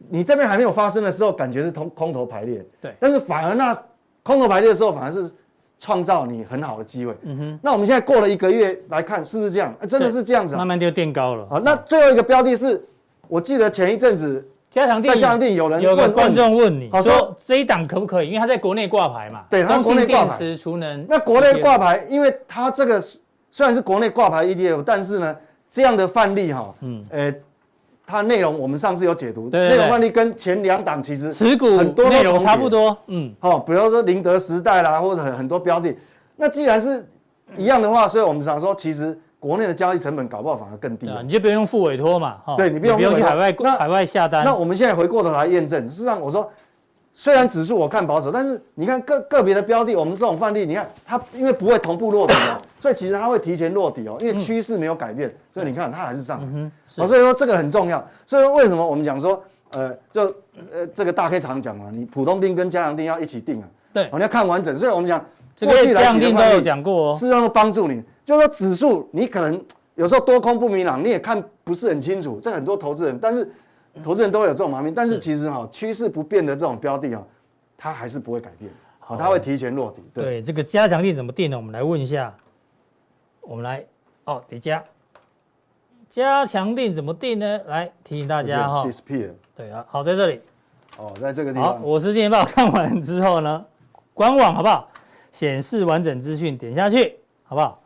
Speaker 3: 你这边还没有发生的时候，感觉是空空头排列，
Speaker 1: 对
Speaker 3: 但是反而那空头排列的时候，反而是创造你很好的机会。嗯哼，那我们现在过了一个月来看，是不是这样？啊真的
Speaker 1: 对
Speaker 3: 是这样子啊
Speaker 1: 慢。慢就垫高了。
Speaker 3: 好，那最后一个标的是，我记得前一阵子
Speaker 1: 加强
Speaker 3: 在
Speaker 1: 电
Speaker 3: 嘉阳店有人
Speaker 1: 有个
Speaker 3: 问
Speaker 1: 观，众问你
Speaker 3: 好
Speaker 1: 说
Speaker 3: 说
Speaker 1: 这一档可不可以？因为它在国内挂牌嘛，
Speaker 3: 对它
Speaker 1: 中
Speaker 3: 国内
Speaker 1: 信
Speaker 3: 挂
Speaker 1: 电
Speaker 3: 牌
Speaker 1: 池储能，
Speaker 3: 那国内挂牌，因为它这个虽然是国内挂牌 ETF，但是呢，这样的范例哈，嗯，呃，它内容我们上次有解读，
Speaker 1: 对对
Speaker 3: 内容
Speaker 1: 对
Speaker 3: 范例跟前两档其实
Speaker 1: 持股
Speaker 3: 很多都
Speaker 1: 内容
Speaker 3: 重叠
Speaker 1: 差不多，嗯，
Speaker 3: 哦，比如说宁德时代啦，或者很很多标的，那既然是一样的话，所以我们想说，其实国内的交易成本搞不好反而更低
Speaker 1: 对啊，
Speaker 3: 了。
Speaker 1: 你就不用用付委托嘛，哈
Speaker 3: 对你不用
Speaker 1: 不用去
Speaker 3: 付委
Speaker 1: 海
Speaker 3: 托
Speaker 1: 外
Speaker 3: 那
Speaker 1: 海外下单
Speaker 3: 那，我们现在回过头来验证，事实上我说，虽然指数我看保守，但是你看个个别的标的，我们这种范例，你看它因为不会同步落底
Speaker 1: 嗯
Speaker 3: 哦，所以其实它会提前落底哦，因为趋势没有改变，所以你看它还是上来。
Speaker 1: 嗯，
Speaker 3: 哦，所以说这个很重要。所以说为什么我们讲说，呃，就呃这个大 K 常讲嘛，你普通定跟加强定要一起定啊，
Speaker 1: 对
Speaker 3: 哦，你要看完整。所以我们讲
Speaker 1: 这
Speaker 3: 过
Speaker 1: 个
Speaker 3: 去
Speaker 1: 这
Speaker 3: 来
Speaker 1: 样
Speaker 3: 几个
Speaker 1: 定都
Speaker 3: 范
Speaker 1: 有
Speaker 3: 例，
Speaker 1: 讲过
Speaker 3: 事
Speaker 1: 哦，
Speaker 3: 实上都帮助你。就是说指数你可能有时候多空不明朗，你也看不是很清楚，这很多投资人，但是投资人都有这种
Speaker 1: 嗯
Speaker 3: 毛病。但是其实哈、趋势不变的这种标的啊、它还是不会改变，好、它会提前落底。对，
Speaker 1: 对，这个加强定怎么定呢？我们来问一下，我们来哦，得加加强定怎么定呢？来提醒大
Speaker 3: 大
Speaker 1: 家哈，
Speaker 3: disappear
Speaker 1: 对啊，好在这里，
Speaker 3: 哦，在这个地
Speaker 1: 好
Speaker 3: 方，，
Speaker 1: 我是金钱豹看完之后呢，官网好不好？显示完整资讯，点下去好不好？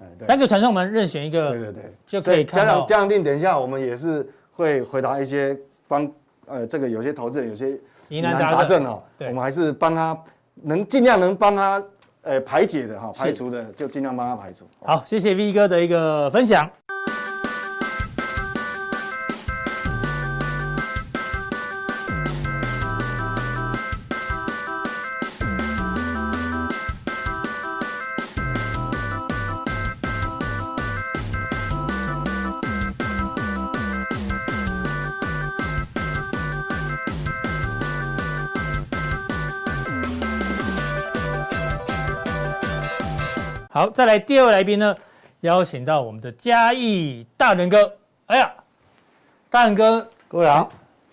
Speaker 3: 哎，对
Speaker 1: 三个传送门任选一
Speaker 3: 对
Speaker 1: 个，
Speaker 3: 对对，
Speaker 1: 就可以看
Speaker 3: 家
Speaker 1: 到
Speaker 3: 长家长定，等一下我们也是会回答一些帮呃这个有些投资人有些
Speaker 1: 疑难杂
Speaker 3: 杂
Speaker 1: 症。
Speaker 3: 症哦，
Speaker 1: 对
Speaker 3: 我们还是帮他能尽量能帮他呃排解的哈、排除的就尽量帮他排除。
Speaker 1: 好，谢谢 V 哥的一个分享。好，再来第二位来宾呢，邀请到我们的嘉义大仁哥。哎呀，大仁哥
Speaker 3: 各位好，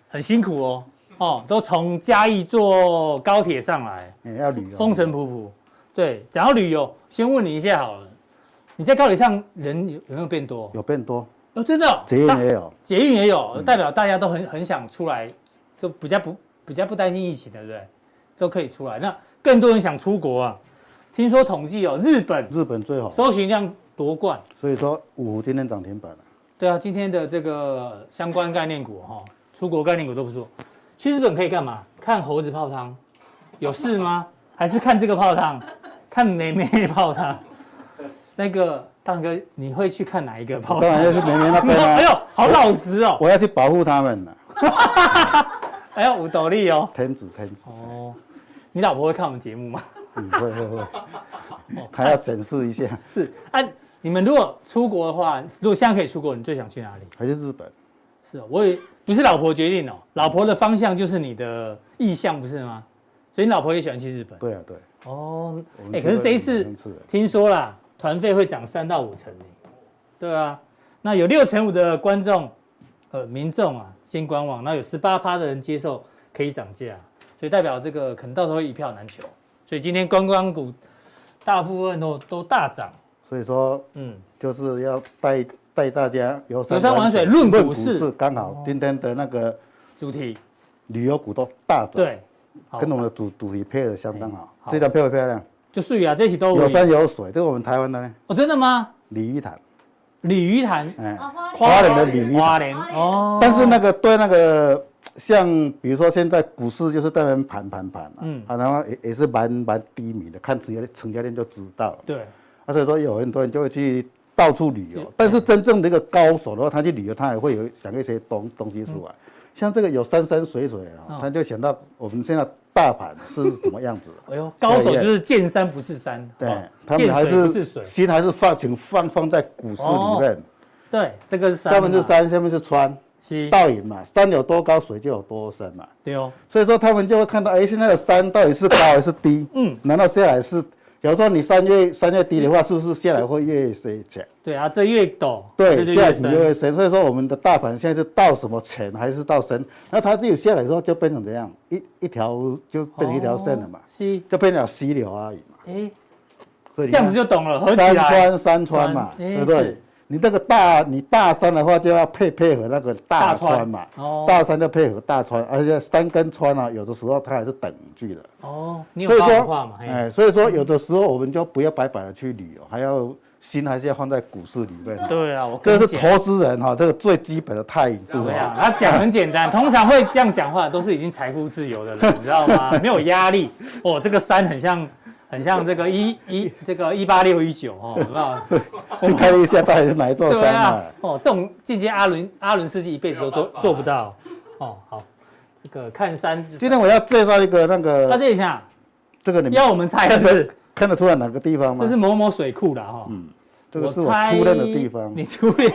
Speaker 1: 很辛苦哦，哦，都从嘉义坐高铁上来，
Speaker 3: 也要旅游
Speaker 1: 风尘仆仆。对，讲到旅游，先问你一下好了，你在高铁上人有有没有变多？
Speaker 4: 有变多，
Speaker 1: 哦，真的哦、
Speaker 4: 捷运
Speaker 1: 大
Speaker 4: 也有，
Speaker 1: 捷运也有，代表大家都很很想出来，就比较不比较不担心疫情，对不对？都可以出来。那更多人想出国啊，听说统计哦，日本
Speaker 4: 日本最好，
Speaker 1: 搜寻量夺冠。
Speaker 4: 所以说五福今天涨停板了。
Speaker 1: 对啊，今天的这个相关概念股哈、哦，出国概念股都不错。去日本可以干嘛？看猴子泡汤，有事吗？还是看这个泡汤？看美眉泡汤？那个大哥，你会去看哪一个泡
Speaker 4: 当
Speaker 1: 汤？
Speaker 4: 然要去绵绵那边
Speaker 1: 哎呦
Speaker 4: 啦，，
Speaker 1: 好老实哦！
Speaker 4: 我要去保护他们了。啊
Speaker 1: 哎呦，五斗笠哦。
Speaker 4: 天子天子，
Speaker 1: 哦，你老婆会看我们节目吗？哦
Speaker 4: 嗯，会会会，还要整饰一下。
Speaker 1: 是啊，你们如果出国的话，如果现在可以出国，你最想去哪里？
Speaker 4: 还是日本，
Speaker 1: 是哦，我也不是老婆决定哦，老婆的方向就是你的意向，不是吗？所以你老婆也喜欢去日本
Speaker 4: 对啊对。
Speaker 1: 哦。
Speaker 4: 我们
Speaker 1: 哎、
Speaker 4: 去
Speaker 1: 可是
Speaker 4: 过
Speaker 1: 这一
Speaker 4: 日
Speaker 1: 次
Speaker 4: 本两三了
Speaker 1: 听说啦，团费会涨三到五成呢对啊，那有六成五的观众，呃，民众啊，先观望，那有十八趴的人接受可以涨价，所以代表这个可能到时候一票难求。所以今天观光股大部分都都大涨，
Speaker 4: 所以说
Speaker 1: 嗯，
Speaker 4: 就是要带带大家游
Speaker 1: 游山玩水论股市哦
Speaker 4: 刚好今天的那个
Speaker 1: 主题
Speaker 4: 旅游股都大涨，
Speaker 1: 对，好
Speaker 4: 跟我们的主主题配合相当好
Speaker 1: 哎。好
Speaker 4: 这张漂不漂亮？
Speaker 1: 就术语啊，这期都
Speaker 4: 有
Speaker 1: 我
Speaker 4: 山有水，这是我们台湾的呢，
Speaker 1: 哦，真的吗？
Speaker 4: 鲤鱼潭，
Speaker 1: 鲤鱼潭
Speaker 4: 哎，
Speaker 5: 花
Speaker 4: 花莲的鲤鱼
Speaker 1: 哦
Speaker 4: 潭。
Speaker 1: 花莲哦，
Speaker 4: 但是那个对那个像比如说现在股市就是在那边盘盘盘啊
Speaker 1: 嗯，
Speaker 4: 啊，然后也也是蛮蛮低迷的，看成交成交量就知道了。
Speaker 1: 对，
Speaker 4: 啊，所以说有很多人就会去到处旅
Speaker 1: 对
Speaker 4: 游，但是真正的一个高手的话，他去旅游，他也会有想一些东东西出来。像这个有山山水水啊、
Speaker 1: 嗯
Speaker 4: 他就想到我们现在大盘是怎么样
Speaker 1: [laughs]
Speaker 4: 子，
Speaker 1: 哎呦，高手就是见山不是山，
Speaker 4: 对
Speaker 1: 哦，
Speaker 4: 他们
Speaker 1: 见
Speaker 4: 还
Speaker 1: 水
Speaker 4: 是
Speaker 1: 不是水，哦
Speaker 4: 心还是放请放放在股市里面，
Speaker 1: 对，这个是山嘛，
Speaker 4: 上面是山，下面是川，
Speaker 1: 西，
Speaker 4: 倒影嘛，山有多高，水就有多深嘛。
Speaker 1: 对哦，
Speaker 4: 所以说他们就会看到，哎，现在的山到底是高还是低？
Speaker 1: 嗯
Speaker 4: 嗯，难道下来是？假如说你山越山越低的话，是不是下来会越水浅？
Speaker 1: 对啊，这越陡，这就
Speaker 4: 对，下
Speaker 1: 越
Speaker 4: 去就
Speaker 1: 深，
Speaker 4: 会深，所以说我们的大盘现在是到什么浅还是到深？那它自己下来之后就变成怎样？一一条就变成一条线了嘛
Speaker 1: 哦，西，
Speaker 4: 就变成溪流而已嘛。
Speaker 1: 哎，
Speaker 4: 所以你
Speaker 1: 这样子
Speaker 4: 看
Speaker 1: 就懂了，合起
Speaker 4: 山
Speaker 1: 来
Speaker 4: 川山川嘛，
Speaker 1: 川哎
Speaker 4: 对不对
Speaker 1: 是？
Speaker 4: 你这个大你大山的话就要配配合那个
Speaker 1: 大
Speaker 4: 大
Speaker 1: 川
Speaker 4: 川嘛，
Speaker 1: 哦
Speaker 4: 大山就配合大川，而且山跟川啊，有的时候它还是等距的。
Speaker 1: 哦，你
Speaker 4: 所以
Speaker 1: 有画画
Speaker 4: 说
Speaker 1: 嘛，，哎，
Speaker 4: 哎，所以说有的时候我们就不要白白的去旅游，还要心还是要放在股市里面。
Speaker 1: 对啊，我跟
Speaker 4: 这
Speaker 1: 你
Speaker 4: 是
Speaker 1: 讲。
Speaker 4: 投资人哈、这个最基本的态度
Speaker 1: 对啊
Speaker 4: 啊，，
Speaker 1: 他讲很简
Speaker 4: [laughs]
Speaker 1: 单，通常会这样讲话的都是已经财富自由的人，你知道吗？没有压力。哦，这个山很像，很像这个一一这个一八六一九哦，有没有？
Speaker 4: 去看一下到底是哪一座
Speaker 1: 对
Speaker 4: 山
Speaker 1: 啊
Speaker 4: [laughs] 啊？，
Speaker 1: 哦，这种境界阿伦阿伦斯基一辈子
Speaker 2: 没
Speaker 1: 都
Speaker 2: 有
Speaker 1: 做
Speaker 2: 办法
Speaker 1: 做不到。哦，好，这个看山之山。
Speaker 4: 今天我要介绍一个
Speaker 1: 那
Speaker 4: 那个，
Speaker 1: 这一下
Speaker 4: 这个你们
Speaker 1: 要我们猜的是，
Speaker 4: 看得出来哪个地方吗
Speaker 1: 这？是某某水库啦哈。
Speaker 4: 嗯这个是我
Speaker 1: 猜
Speaker 4: 初认的地方，
Speaker 1: 你初恋？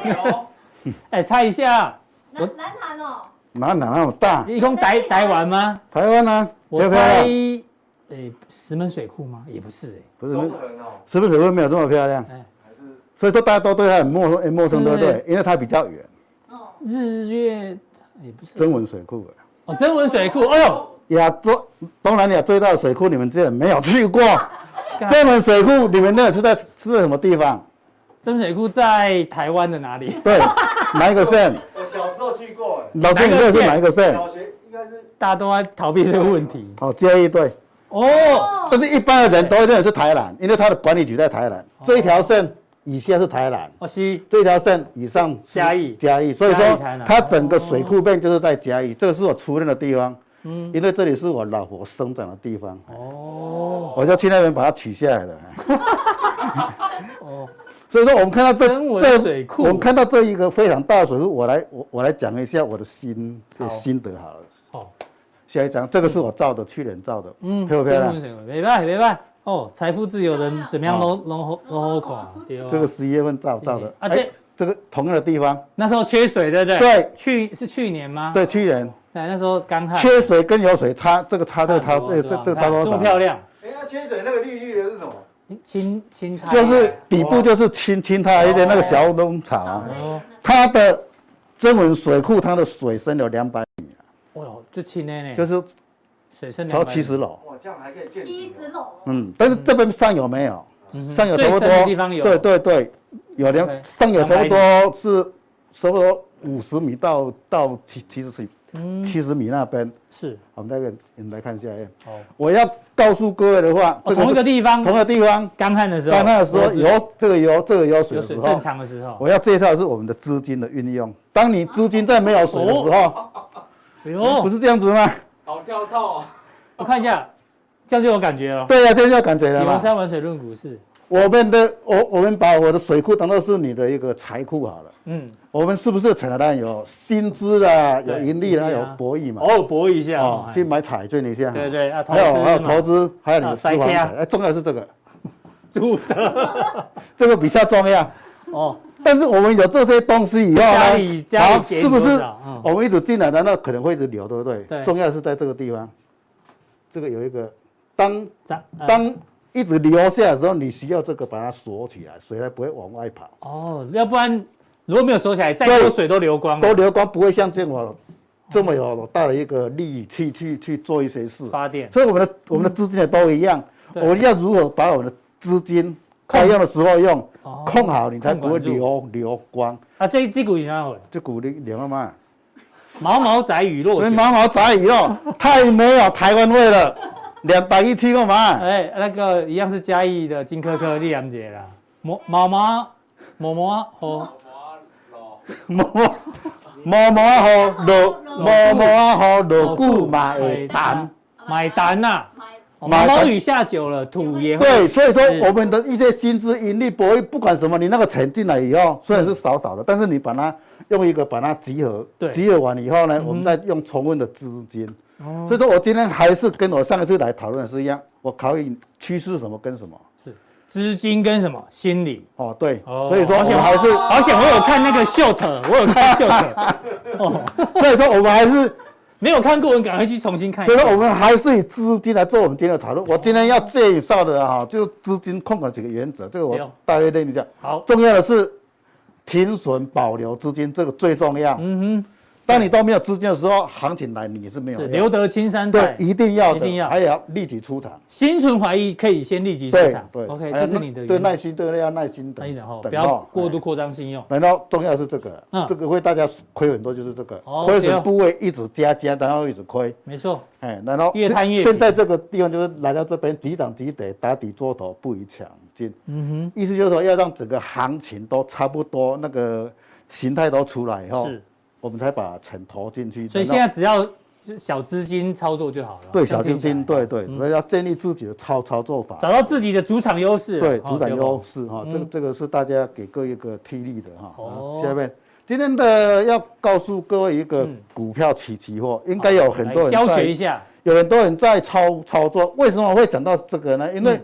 Speaker 1: 哎，猜一下，我
Speaker 5: 南南韩哦，
Speaker 4: 哪哪那么大？
Speaker 1: 一共逮逮完吗？
Speaker 4: 台湾呢？
Speaker 1: 我
Speaker 4: 要不
Speaker 1: 猜
Speaker 4: 要？，
Speaker 1: 哎，石门水库吗？也不是哎。
Speaker 4: 不是
Speaker 2: 中，横哦，
Speaker 4: 是不是台湾没有这么漂亮？
Speaker 1: 哎，
Speaker 2: 还是
Speaker 4: 所以说大家都对它很陌生，很哎陌生，对不
Speaker 1: 对
Speaker 4: 对？因为它比较远，
Speaker 5: 哦，
Speaker 1: 日月也不是
Speaker 4: 曾文水库，啊
Speaker 1: 哦，曾文水库，哎呦，
Speaker 4: 亚洲东南亚最大的水库，你们竟然没有去 [laughs] 过？
Speaker 1: 干
Speaker 4: 曾文水库，你们那个是在是在什么地方？
Speaker 1: 曾水库在台湾的哪里？
Speaker 4: [laughs] 对，哪一个县？
Speaker 2: 我小时候去过哎，
Speaker 4: 老师，你这是哪一个县？
Speaker 2: 小学应该是
Speaker 1: 大家都在逃避这个问题
Speaker 4: 好，接一对，
Speaker 1: 哦。
Speaker 4: 但是一般的人都会认为是台南，因为它的管理局在台南。这一条线以下是台南，
Speaker 1: 哦西，
Speaker 4: 这一条线以上是
Speaker 1: 嘉义
Speaker 4: 嘉义，所以
Speaker 1: 嘉义
Speaker 4: 说
Speaker 1: 台南哦
Speaker 4: 它整个水库面就是在嘉义，这个是我出任的地方。嗯，因为这里是我老婆生长的地方，
Speaker 1: 哦
Speaker 4: 我就去那边把它取下来的。
Speaker 1: [laughs] 哦，
Speaker 4: 所以说，我们看到这
Speaker 1: 曾文
Speaker 4: 这
Speaker 1: 水库
Speaker 4: 我们看到这一个非常大的水库，我来我我来讲一下我的心
Speaker 1: 好
Speaker 4: 心得好了。
Speaker 1: 哦，
Speaker 4: 下一张，这个是我造的，去年造的，
Speaker 1: 嗯，
Speaker 4: 嗯，漂不漂
Speaker 1: 曾
Speaker 4: 亮哦
Speaker 1: 文？水库，没办没办哦，财富自由人怎么样都拢好拢好看啊，对哦。
Speaker 4: 这个十一月份照到
Speaker 1: 谢
Speaker 4: 的
Speaker 1: 谢啊
Speaker 4: 哎
Speaker 1: 这
Speaker 4: 这个同样的地方，
Speaker 1: 那时候缺水，对不对？
Speaker 4: 对
Speaker 1: 去是去年吗？
Speaker 4: 对，去年
Speaker 1: 对，那时候干旱，
Speaker 4: 缺水跟有水差，这个差这个差，
Speaker 1: 多
Speaker 4: 这个
Speaker 1: 对
Speaker 4: 这
Speaker 1: 吧
Speaker 4: 个这个差多
Speaker 1: 这么
Speaker 4: 少？
Speaker 1: 漂亮，
Speaker 2: 哎，那缺水那个绿绿的是什么？
Speaker 1: 青青苔
Speaker 4: 就是底部就是青青苔的那个小农场
Speaker 5: 草
Speaker 4: 啊，
Speaker 5: 莓
Speaker 1: 哦
Speaker 4: 它的增文水库，它的水深有两百，
Speaker 1: 哦哟，就青的呢，
Speaker 4: 就是
Speaker 1: 水深
Speaker 4: 超
Speaker 1: 两百
Speaker 4: 七十楼，
Speaker 2: 哇，这样还可以见
Speaker 5: 七
Speaker 2: 底哦
Speaker 5: 十楼，
Speaker 4: 嗯，但是这边上游没有，上游差
Speaker 1: 最
Speaker 4: 不
Speaker 1: 深的地
Speaker 4: 多，
Speaker 1: 方有
Speaker 4: 对对对，有
Speaker 1: OK，
Speaker 4: 两上游差不多是差不多五十米到到七七十七
Speaker 1: 嗯
Speaker 4: 七十米那边，
Speaker 1: 是
Speaker 4: 我们那个你们来看一下，哎
Speaker 1: 哦，
Speaker 4: 我要告诉各位的话，
Speaker 1: 哦
Speaker 4: 这
Speaker 1: 同一
Speaker 4: 是
Speaker 1: 个地方，
Speaker 4: 同一个地方，
Speaker 1: 干旱的时候，
Speaker 4: 刚那个时候
Speaker 1: 我知
Speaker 4: 有这个有这个有水
Speaker 1: 有
Speaker 4: 的时
Speaker 1: 水
Speaker 4: 候，
Speaker 1: 正常的时候，
Speaker 4: 我要介绍的是我们的资金的运用。当你资金在没有水的时候，
Speaker 1: 哎呦，
Speaker 4: 不是这样子吗？
Speaker 2: 好跳套哦，
Speaker 1: 我看一下，这样就有感觉了。
Speaker 4: 对啊呀、这就感觉了
Speaker 1: 游
Speaker 4: 嘛。
Speaker 1: 山玩水论股市，
Speaker 4: 我们的我我们把我的水库当做是你的一个财库好了。
Speaker 1: 嗯，
Speaker 4: 我们是不是产了然有薪资啦，有盈利啦，
Speaker 1: 盈利
Speaker 4: 有
Speaker 1: 啊
Speaker 4: 博弈嘛
Speaker 1: 偶？尔博一下哦
Speaker 4: 哦，，去买彩券一下。
Speaker 1: 对对啊，投
Speaker 4: 还有还
Speaker 1: 资
Speaker 4: 有
Speaker 1: 嘛
Speaker 4: 投，资，还有你
Speaker 1: 啊
Speaker 4: 的
Speaker 1: 塞
Speaker 4: 私房
Speaker 1: 车啊
Speaker 4: 财。哎，重要的是这个，
Speaker 1: 住的。
Speaker 4: 这个比较重要。
Speaker 1: 哦，
Speaker 4: 但是我们有这些东西以后呢，
Speaker 1: 家里家里
Speaker 4: 好
Speaker 1: 给你
Speaker 4: 是不
Speaker 1: 多
Speaker 4: 是
Speaker 1: 少嗯
Speaker 4: 我们一直进来，难道可能会一直流，对不对？
Speaker 1: 对
Speaker 4: 重要的是在这个地方，这个有一个，当
Speaker 1: 咱呃
Speaker 4: 当一直流下的时候，你需要这个把它锁起来，水才不会往外跑。
Speaker 1: 哦，要不然如果没有收起来，再
Speaker 4: 对
Speaker 1: 多水都流光
Speaker 4: 都
Speaker 1: 了。
Speaker 4: 流光不会像这么这么有大的一个力去去去做一些事。
Speaker 1: 发嗯电
Speaker 4: 所以我们的我们的资金也都一样，
Speaker 1: 对
Speaker 4: 我们要如何把我们的资金
Speaker 1: 控
Speaker 4: 该用的时候用
Speaker 1: 哦，
Speaker 4: 控好，你才
Speaker 1: 控
Speaker 4: 不
Speaker 1: 管
Speaker 4: 会
Speaker 1: 住
Speaker 4: 流流光。
Speaker 1: 啊，这一只股影响我，
Speaker 4: 这股你领了嘛？
Speaker 1: 毛毛仔雨
Speaker 4: 我
Speaker 1: 落
Speaker 4: 们
Speaker 1: 酒。
Speaker 4: 毛毛杂鱼哦，太没有台湾味了，两百一七个嘛，
Speaker 1: 哎，那个一样是嘉义的金科科丽阳姐啦，毛毛毛毛毛哦，
Speaker 4: 毛毛毛毛啊好落，毛毛啊好落骨嘛哎会淡。
Speaker 1: 买单呐，
Speaker 5: 买
Speaker 1: 哦毛
Speaker 4: 买单
Speaker 1: 毛雨下久了，土也会
Speaker 4: 对，所以
Speaker 1: 是
Speaker 4: 说我们的一些薪资、盈利、博弈，不管什么，你那个钱进来以后，虽然是少少的，但是你把它用一个把它集合
Speaker 1: 对，
Speaker 4: 集合完以后呢，
Speaker 1: 哼
Speaker 4: 我们再用重温的资金。所以说我今天还是跟我上一次来讨论的是一样，我考虑趋势什么跟什么。
Speaker 1: 是资金跟什么心理。
Speaker 4: 哦，对，
Speaker 1: 哦
Speaker 4: 所以说
Speaker 1: 好
Speaker 4: 我
Speaker 1: 险
Speaker 4: 们还是，
Speaker 1: 好险我有看那个秀特，我有看秀特，
Speaker 4: [laughs]
Speaker 1: 哦，
Speaker 4: 所以说我们还是，
Speaker 1: 没有看过，你赶快去重新看一
Speaker 4: 所以
Speaker 1: 下
Speaker 4: 说。我们还是以资金来做我们今天的讨
Speaker 1: 哦
Speaker 4: 论。我今天要介绍的哈，就是资金控管几个原则，这个
Speaker 1: 对哦
Speaker 4: 我大约念一下。
Speaker 1: 好，
Speaker 4: 重要的是停损保留资金，这个最重要。
Speaker 1: 嗯
Speaker 4: 当你都没有资金的时候，行情来你是没
Speaker 1: 哼，
Speaker 4: 有
Speaker 1: 是
Speaker 4: 用
Speaker 1: 留得青山
Speaker 4: 对
Speaker 1: 在，，
Speaker 4: 一定要的，
Speaker 1: 一定要
Speaker 4: 还要立体出场。
Speaker 1: 心存怀疑可以先立即出
Speaker 4: 对
Speaker 1: 场。
Speaker 4: 对
Speaker 1: OK，
Speaker 4: 还
Speaker 1: 这
Speaker 4: 有
Speaker 1: 是你的
Speaker 4: 对
Speaker 1: 原
Speaker 4: 耐心，对要耐心
Speaker 1: 那
Speaker 4: 等，
Speaker 1: 一点哈，
Speaker 4: 等
Speaker 1: 哦不要
Speaker 4: 候
Speaker 1: 过度
Speaker 4: 哎
Speaker 1: 扩张信用。
Speaker 4: 然后重要的是这个
Speaker 1: 嗯，
Speaker 4: 这个会大家亏很多，就是这个
Speaker 1: 哦
Speaker 4: 亏
Speaker 1: 对哦
Speaker 4: 损部位一直加加，然后一直亏，
Speaker 1: 没错，
Speaker 4: 哎，然后
Speaker 1: 越贪越
Speaker 4: 现现在这个地方就是来到这边急涨急跌，打底做头不宜抢进，
Speaker 1: 嗯
Speaker 4: 意思就是说要让整个行情都差不多，那个形态都出来以
Speaker 1: 哼，
Speaker 4: 后，
Speaker 1: 是。
Speaker 4: 我们才把钱投进去。
Speaker 1: 所以
Speaker 4: 然后
Speaker 1: 现在只要小资金操作就好了。
Speaker 4: 对
Speaker 1: 这样啊嗯
Speaker 4: 小
Speaker 1: 听
Speaker 4: 清
Speaker 1: 起来
Speaker 4: 新，对对，所以要建立自己的操操作法，
Speaker 1: 找到自己的主场优势。
Speaker 4: 对
Speaker 1: 哦
Speaker 4: 主展
Speaker 1: 对吧
Speaker 4: 优势哈，这个
Speaker 1: 嗯
Speaker 4: 这个是大家给各位一个替力的哈。
Speaker 1: 哦
Speaker 4: 好下面今天的要告诉各位一个
Speaker 1: 嗯
Speaker 4: 股票期期货，应该有哦很
Speaker 1: 来
Speaker 4: 多人
Speaker 1: 教学一
Speaker 4: 在，
Speaker 1: 下。
Speaker 4: 有很多人在操操作。为什么会讲到这个呢？因为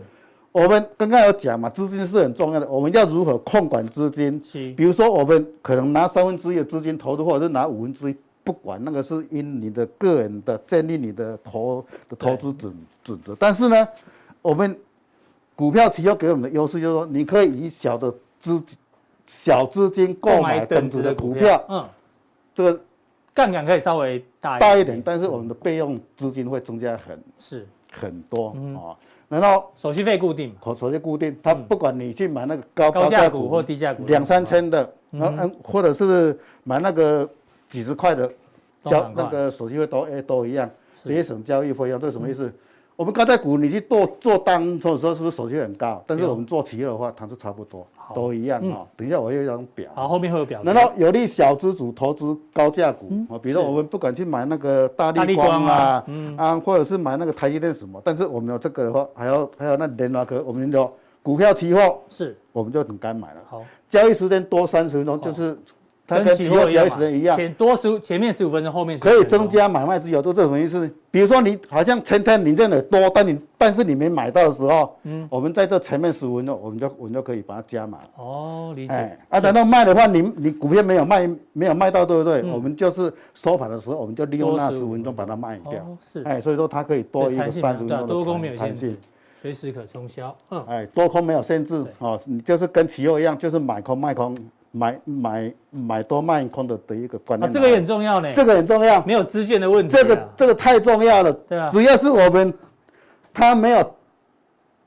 Speaker 4: 我们刚刚有讲嘛，资金是很重要的，我们要如何控管资金？
Speaker 1: 是
Speaker 4: 比如说，我们可能拿三分之一的资金投入，或者是拿五分之一，不管那个是因你的个人的建立你的投的投资准准则。但是呢，我们股票期货给我们的优势就是说，你可以以小的资小资金购买等值的股票，
Speaker 1: 嗯，
Speaker 4: 这个
Speaker 1: 杠杆可以稍微大
Speaker 4: 大一点，但嗯是我们的备用资金会增加很
Speaker 1: 是
Speaker 4: 很多啊、
Speaker 1: 嗯
Speaker 4: 然后
Speaker 1: 手续费固定嘛，
Speaker 4: 口首先固定，它不管你去买那个哦高
Speaker 1: 高价
Speaker 4: 价
Speaker 1: 股或低价股
Speaker 4: 两三千的，然后嗯，或者是买那个几十块的
Speaker 1: 都
Speaker 4: 交
Speaker 1: 蛮快
Speaker 4: 那个手续费都哎都一样，节省交易费用，这是什么
Speaker 1: 嗯
Speaker 4: 意思？我们高价股你去做做单，做的时候是不是手续费很高？但是
Speaker 1: 有
Speaker 4: 我们做期货的话，它是差不多
Speaker 1: 好，嗯
Speaker 4: 都一样啊、哦等一下我有一张表。
Speaker 1: 好，后面会有表格。
Speaker 4: 难道有利小资主投资高价股啊？比如说
Speaker 1: 是
Speaker 4: 我们不敢去买那个大
Speaker 1: 大力
Speaker 4: 力
Speaker 1: 光
Speaker 4: 光
Speaker 1: 啊
Speaker 4: 啊，啊，或者是买那个台积电什么，但是我们有这个的话，还有还有那联华科，我们有股票期货，
Speaker 1: 是
Speaker 4: 我们就很敢买了。
Speaker 1: 好，哦
Speaker 4: 交易时间多三十分钟，就是它
Speaker 1: 跟
Speaker 4: 跟
Speaker 1: 期
Speaker 4: 期
Speaker 1: 货
Speaker 4: 货
Speaker 1: 一样
Speaker 4: 交易
Speaker 1: 嘛
Speaker 4: 时间一样，
Speaker 1: 前多十前面十五分钟，后面15
Speaker 4: 可以
Speaker 1: 分钟
Speaker 4: 增。加买卖自由度，这什么意思？比如说你好像前天你认的多，但你但是你没买到的时候，嗯，我们在这前面十五分钟，我们就我们就可以把它加满。
Speaker 1: 哦，理
Speaker 4: 哎
Speaker 1: 解。，
Speaker 4: 啊，等到卖的话，你你股票没有卖，没有卖到，对不对？我们就是收盘的时候，我们就利用
Speaker 1: 嗯
Speaker 4: 那
Speaker 1: 多15
Speaker 4: 十五分钟把它卖掉
Speaker 1: 哦。是
Speaker 4: 哎，所以说它可以多
Speaker 1: 对
Speaker 4: 一个
Speaker 1: 弹性
Speaker 4: 三十
Speaker 1: 嘛，
Speaker 4: 分
Speaker 1: 对啊，
Speaker 4: 钟
Speaker 1: 多空没
Speaker 4: 的
Speaker 1: 有
Speaker 4: 弹
Speaker 1: 限
Speaker 4: 性
Speaker 1: 制。，随时可冲销。嗯，
Speaker 4: 哎，多空没有限制
Speaker 1: 对
Speaker 4: 哦，你就是跟期货一样，就是买空卖空，买买买多卖空的的一个观
Speaker 1: 啊，
Speaker 4: 念。
Speaker 1: 这个也很重要呢，
Speaker 4: 这个很重要，
Speaker 1: 没有资券的问题啊。
Speaker 4: 这个这个太重要了。
Speaker 1: 对啊
Speaker 4: 只要是我们它没有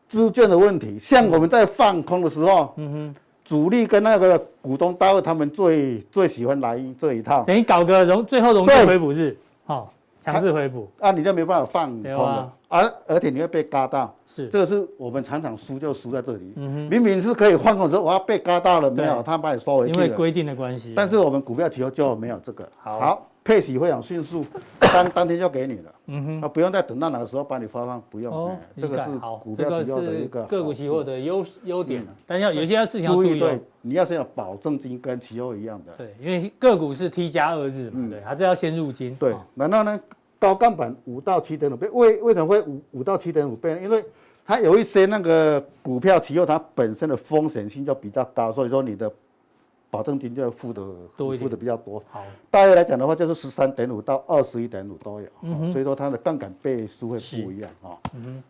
Speaker 4: 资券的问题，像我们在放空的时候，嗯哼，主力跟那个股东大会他们最最喜欢来这一套，
Speaker 1: 等于搞个融最后融资
Speaker 4: 对
Speaker 1: 回补日，好，强制回补
Speaker 4: 啊，你就没办法放空
Speaker 1: 对
Speaker 4: 了
Speaker 1: 啊，
Speaker 4: 而、而且你会被嘎到。
Speaker 1: 是
Speaker 4: 这个是我们常常输就输在这里，
Speaker 1: 嗯哼
Speaker 4: 明明是可以换空的时候，我要被嘎到了，没有，
Speaker 1: 对
Speaker 4: 他把你收回
Speaker 1: 因
Speaker 4: 去
Speaker 1: 为
Speaker 4: 了。
Speaker 1: 规定的关系。啊
Speaker 4: 但是我们股票期货就没有这个。
Speaker 1: 好
Speaker 4: 配息非常迅速，当当天就给你了。
Speaker 1: 嗯哼。
Speaker 4: 啊，不用再等到哪个时候把你发放，不用。
Speaker 1: 哦
Speaker 4: 哎，
Speaker 1: 理
Speaker 4: 这个
Speaker 1: 解
Speaker 4: 是
Speaker 1: 好
Speaker 4: 股，
Speaker 1: 这
Speaker 4: 票
Speaker 1: 个
Speaker 4: 期货的一
Speaker 1: 是
Speaker 4: 个
Speaker 1: 个股期货
Speaker 4: 的
Speaker 1: 的优优点，但要有些事情要注
Speaker 4: 注意
Speaker 1: 意哦
Speaker 4: 对。，你要是有保证金跟期货一样的。
Speaker 1: 对，因为个股是 T 加二日嘛，
Speaker 4: 嗯
Speaker 1: 对，还是要先入金。
Speaker 4: 对
Speaker 1: 哦，
Speaker 4: 然后呢，高杠板五到七点五倍，为为什么会五五到七点五倍呢？因为它有一些那个股票期货，它本身的风险性就比较高，所以说你的保证金就要付的
Speaker 1: 多一点
Speaker 4: 付的比较多。
Speaker 1: 好，
Speaker 4: 大约来讲的话，就是十三点五到二十一点五都有、
Speaker 1: 嗯
Speaker 4: 哦所以说它的杠杆倍数会
Speaker 1: 是
Speaker 4: 不一样啊、哦。
Speaker 1: 嗯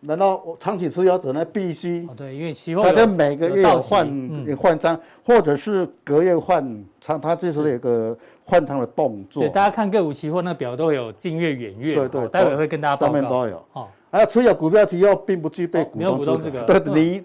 Speaker 4: 难道我长期持有者呢，必须
Speaker 1: 哦对，因为期货
Speaker 4: 他
Speaker 1: 有
Speaker 4: 就每个
Speaker 1: 有
Speaker 4: 月
Speaker 1: 到
Speaker 4: 有
Speaker 1: 期
Speaker 4: 换
Speaker 1: 嗯
Speaker 4: 有换仓，或者是隔月换仓，它就是有一个换仓的动作
Speaker 1: 对，。大家看个股期货那个表都有近月、远月，
Speaker 4: 对对
Speaker 1: 哦待会会跟大家报
Speaker 4: 上面
Speaker 1: 告。
Speaker 4: 都有。
Speaker 1: 哦，
Speaker 4: 还有持有股票期货并不具备
Speaker 1: 哦
Speaker 4: 股
Speaker 1: 没有股
Speaker 4: 东
Speaker 1: 东资格
Speaker 4: 对
Speaker 1: 嗯
Speaker 4: 你，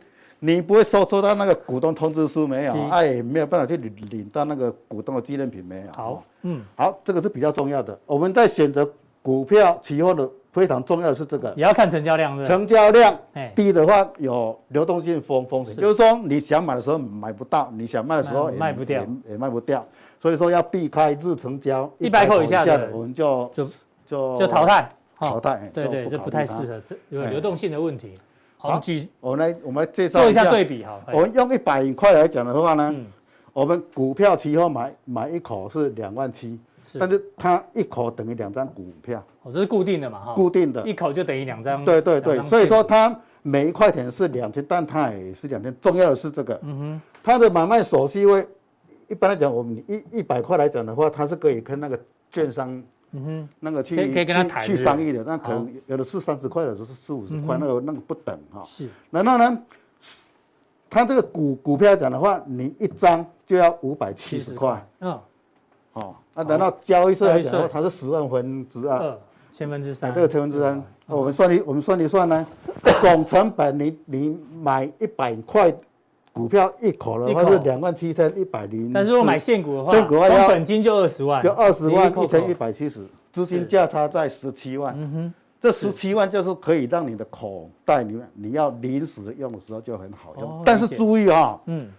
Speaker 4: 你不会收收到那个股东通知书没有
Speaker 1: 是？
Speaker 4: 哎，也没有办法去领领到那个股东的纪念品没有？
Speaker 1: 好，，嗯，
Speaker 4: 好，这个是比较重要的。我们在选择股票期货的非常重要的是这个
Speaker 1: 也要看成交量，对不对
Speaker 4: 成交量
Speaker 1: 哎
Speaker 4: 低的话，有流动性风风险，
Speaker 1: 是
Speaker 4: 就是说你想买的时候买不到，你想卖的时候
Speaker 1: 卖
Speaker 4: 也
Speaker 1: 卖不掉
Speaker 4: 也，也卖不掉。所以说要避开日成交
Speaker 1: 100口以
Speaker 4: 以
Speaker 1: 下
Speaker 4: 下
Speaker 1: 的
Speaker 4: 我们就
Speaker 1: 就
Speaker 4: 就
Speaker 1: 就淘。汰，哦
Speaker 4: 淘汰哎
Speaker 1: 对
Speaker 4: 就
Speaker 1: 对，
Speaker 4: 不
Speaker 1: 这
Speaker 4: 考
Speaker 1: 不
Speaker 4: 虑
Speaker 1: 太
Speaker 4: 它
Speaker 1: 适合，这有
Speaker 4: 哎
Speaker 1: 流动性的问题。好，我们举
Speaker 4: 我们来我们来介绍
Speaker 1: 做一下对比，好，哎
Speaker 4: 我们用一百块来讲的话呢，
Speaker 1: 嗯
Speaker 4: 我们股票期货买买一口是两万七，
Speaker 1: 是
Speaker 4: 但是它一口等于两张股票，
Speaker 1: 哦，这是固定的嘛，哈，
Speaker 4: 固定的
Speaker 1: 一口就等于两张，
Speaker 4: 对对对
Speaker 1: 两，张
Speaker 4: 所以
Speaker 1: 券
Speaker 4: 说它每一块钱是两千，但它也是两千。重要的是这个，嗯哼，它的买卖手续费，一般来讲，我们一一百块来讲的话，它是可以跟那个券商，嗯哼，那个去
Speaker 1: 可以可以跟他
Speaker 4: 去
Speaker 1: 谈
Speaker 4: 去
Speaker 1: 是
Speaker 4: 商议的。那
Speaker 1: 好嗯
Speaker 4: 可能有的是三十块，有的是四五十块，那个那个不等哈。
Speaker 1: 是
Speaker 4: 然后呢，它这个股股票来讲的话，你一张就要五百七十块，，
Speaker 1: 嗯，
Speaker 4: 哦，那难道交易税来讲
Speaker 1: 交
Speaker 4: 的
Speaker 1: 易
Speaker 4: 话，
Speaker 1: 税
Speaker 4: 它是十万分之二。
Speaker 1: 二千分之
Speaker 4: 啊哎
Speaker 1: 三，
Speaker 4: 这个成本之
Speaker 1: 啊
Speaker 4: 单，我们算一我们算一
Speaker 1: [laughs]
Speaker 4: 算呢，总成本你你买一百块股票一口的话
Speaker 1: 一口
Speaker 4: 是两万七千一百零，
Speaker 1: 但是如果买现股的话，
Speaker 4: 现股的话
Speaker 1: 光
Speaker 4: 要
Speaker 1: 本金就二十万，
Speaker 4: 就二十万
Speaker 1: 扣
Speaker 4: 一千一百七十，资金价差在十七万。
Speaker 1: 嗯
Speaker 4: 这十七万就是可以让你的口袋里面，你要临时用的时候就很好
Speaker 1: 哦
Speaker 4: 用。但是
Speaker 1: 理解
Speaker 4: 注意啊，
Speaker 1: 嗯，。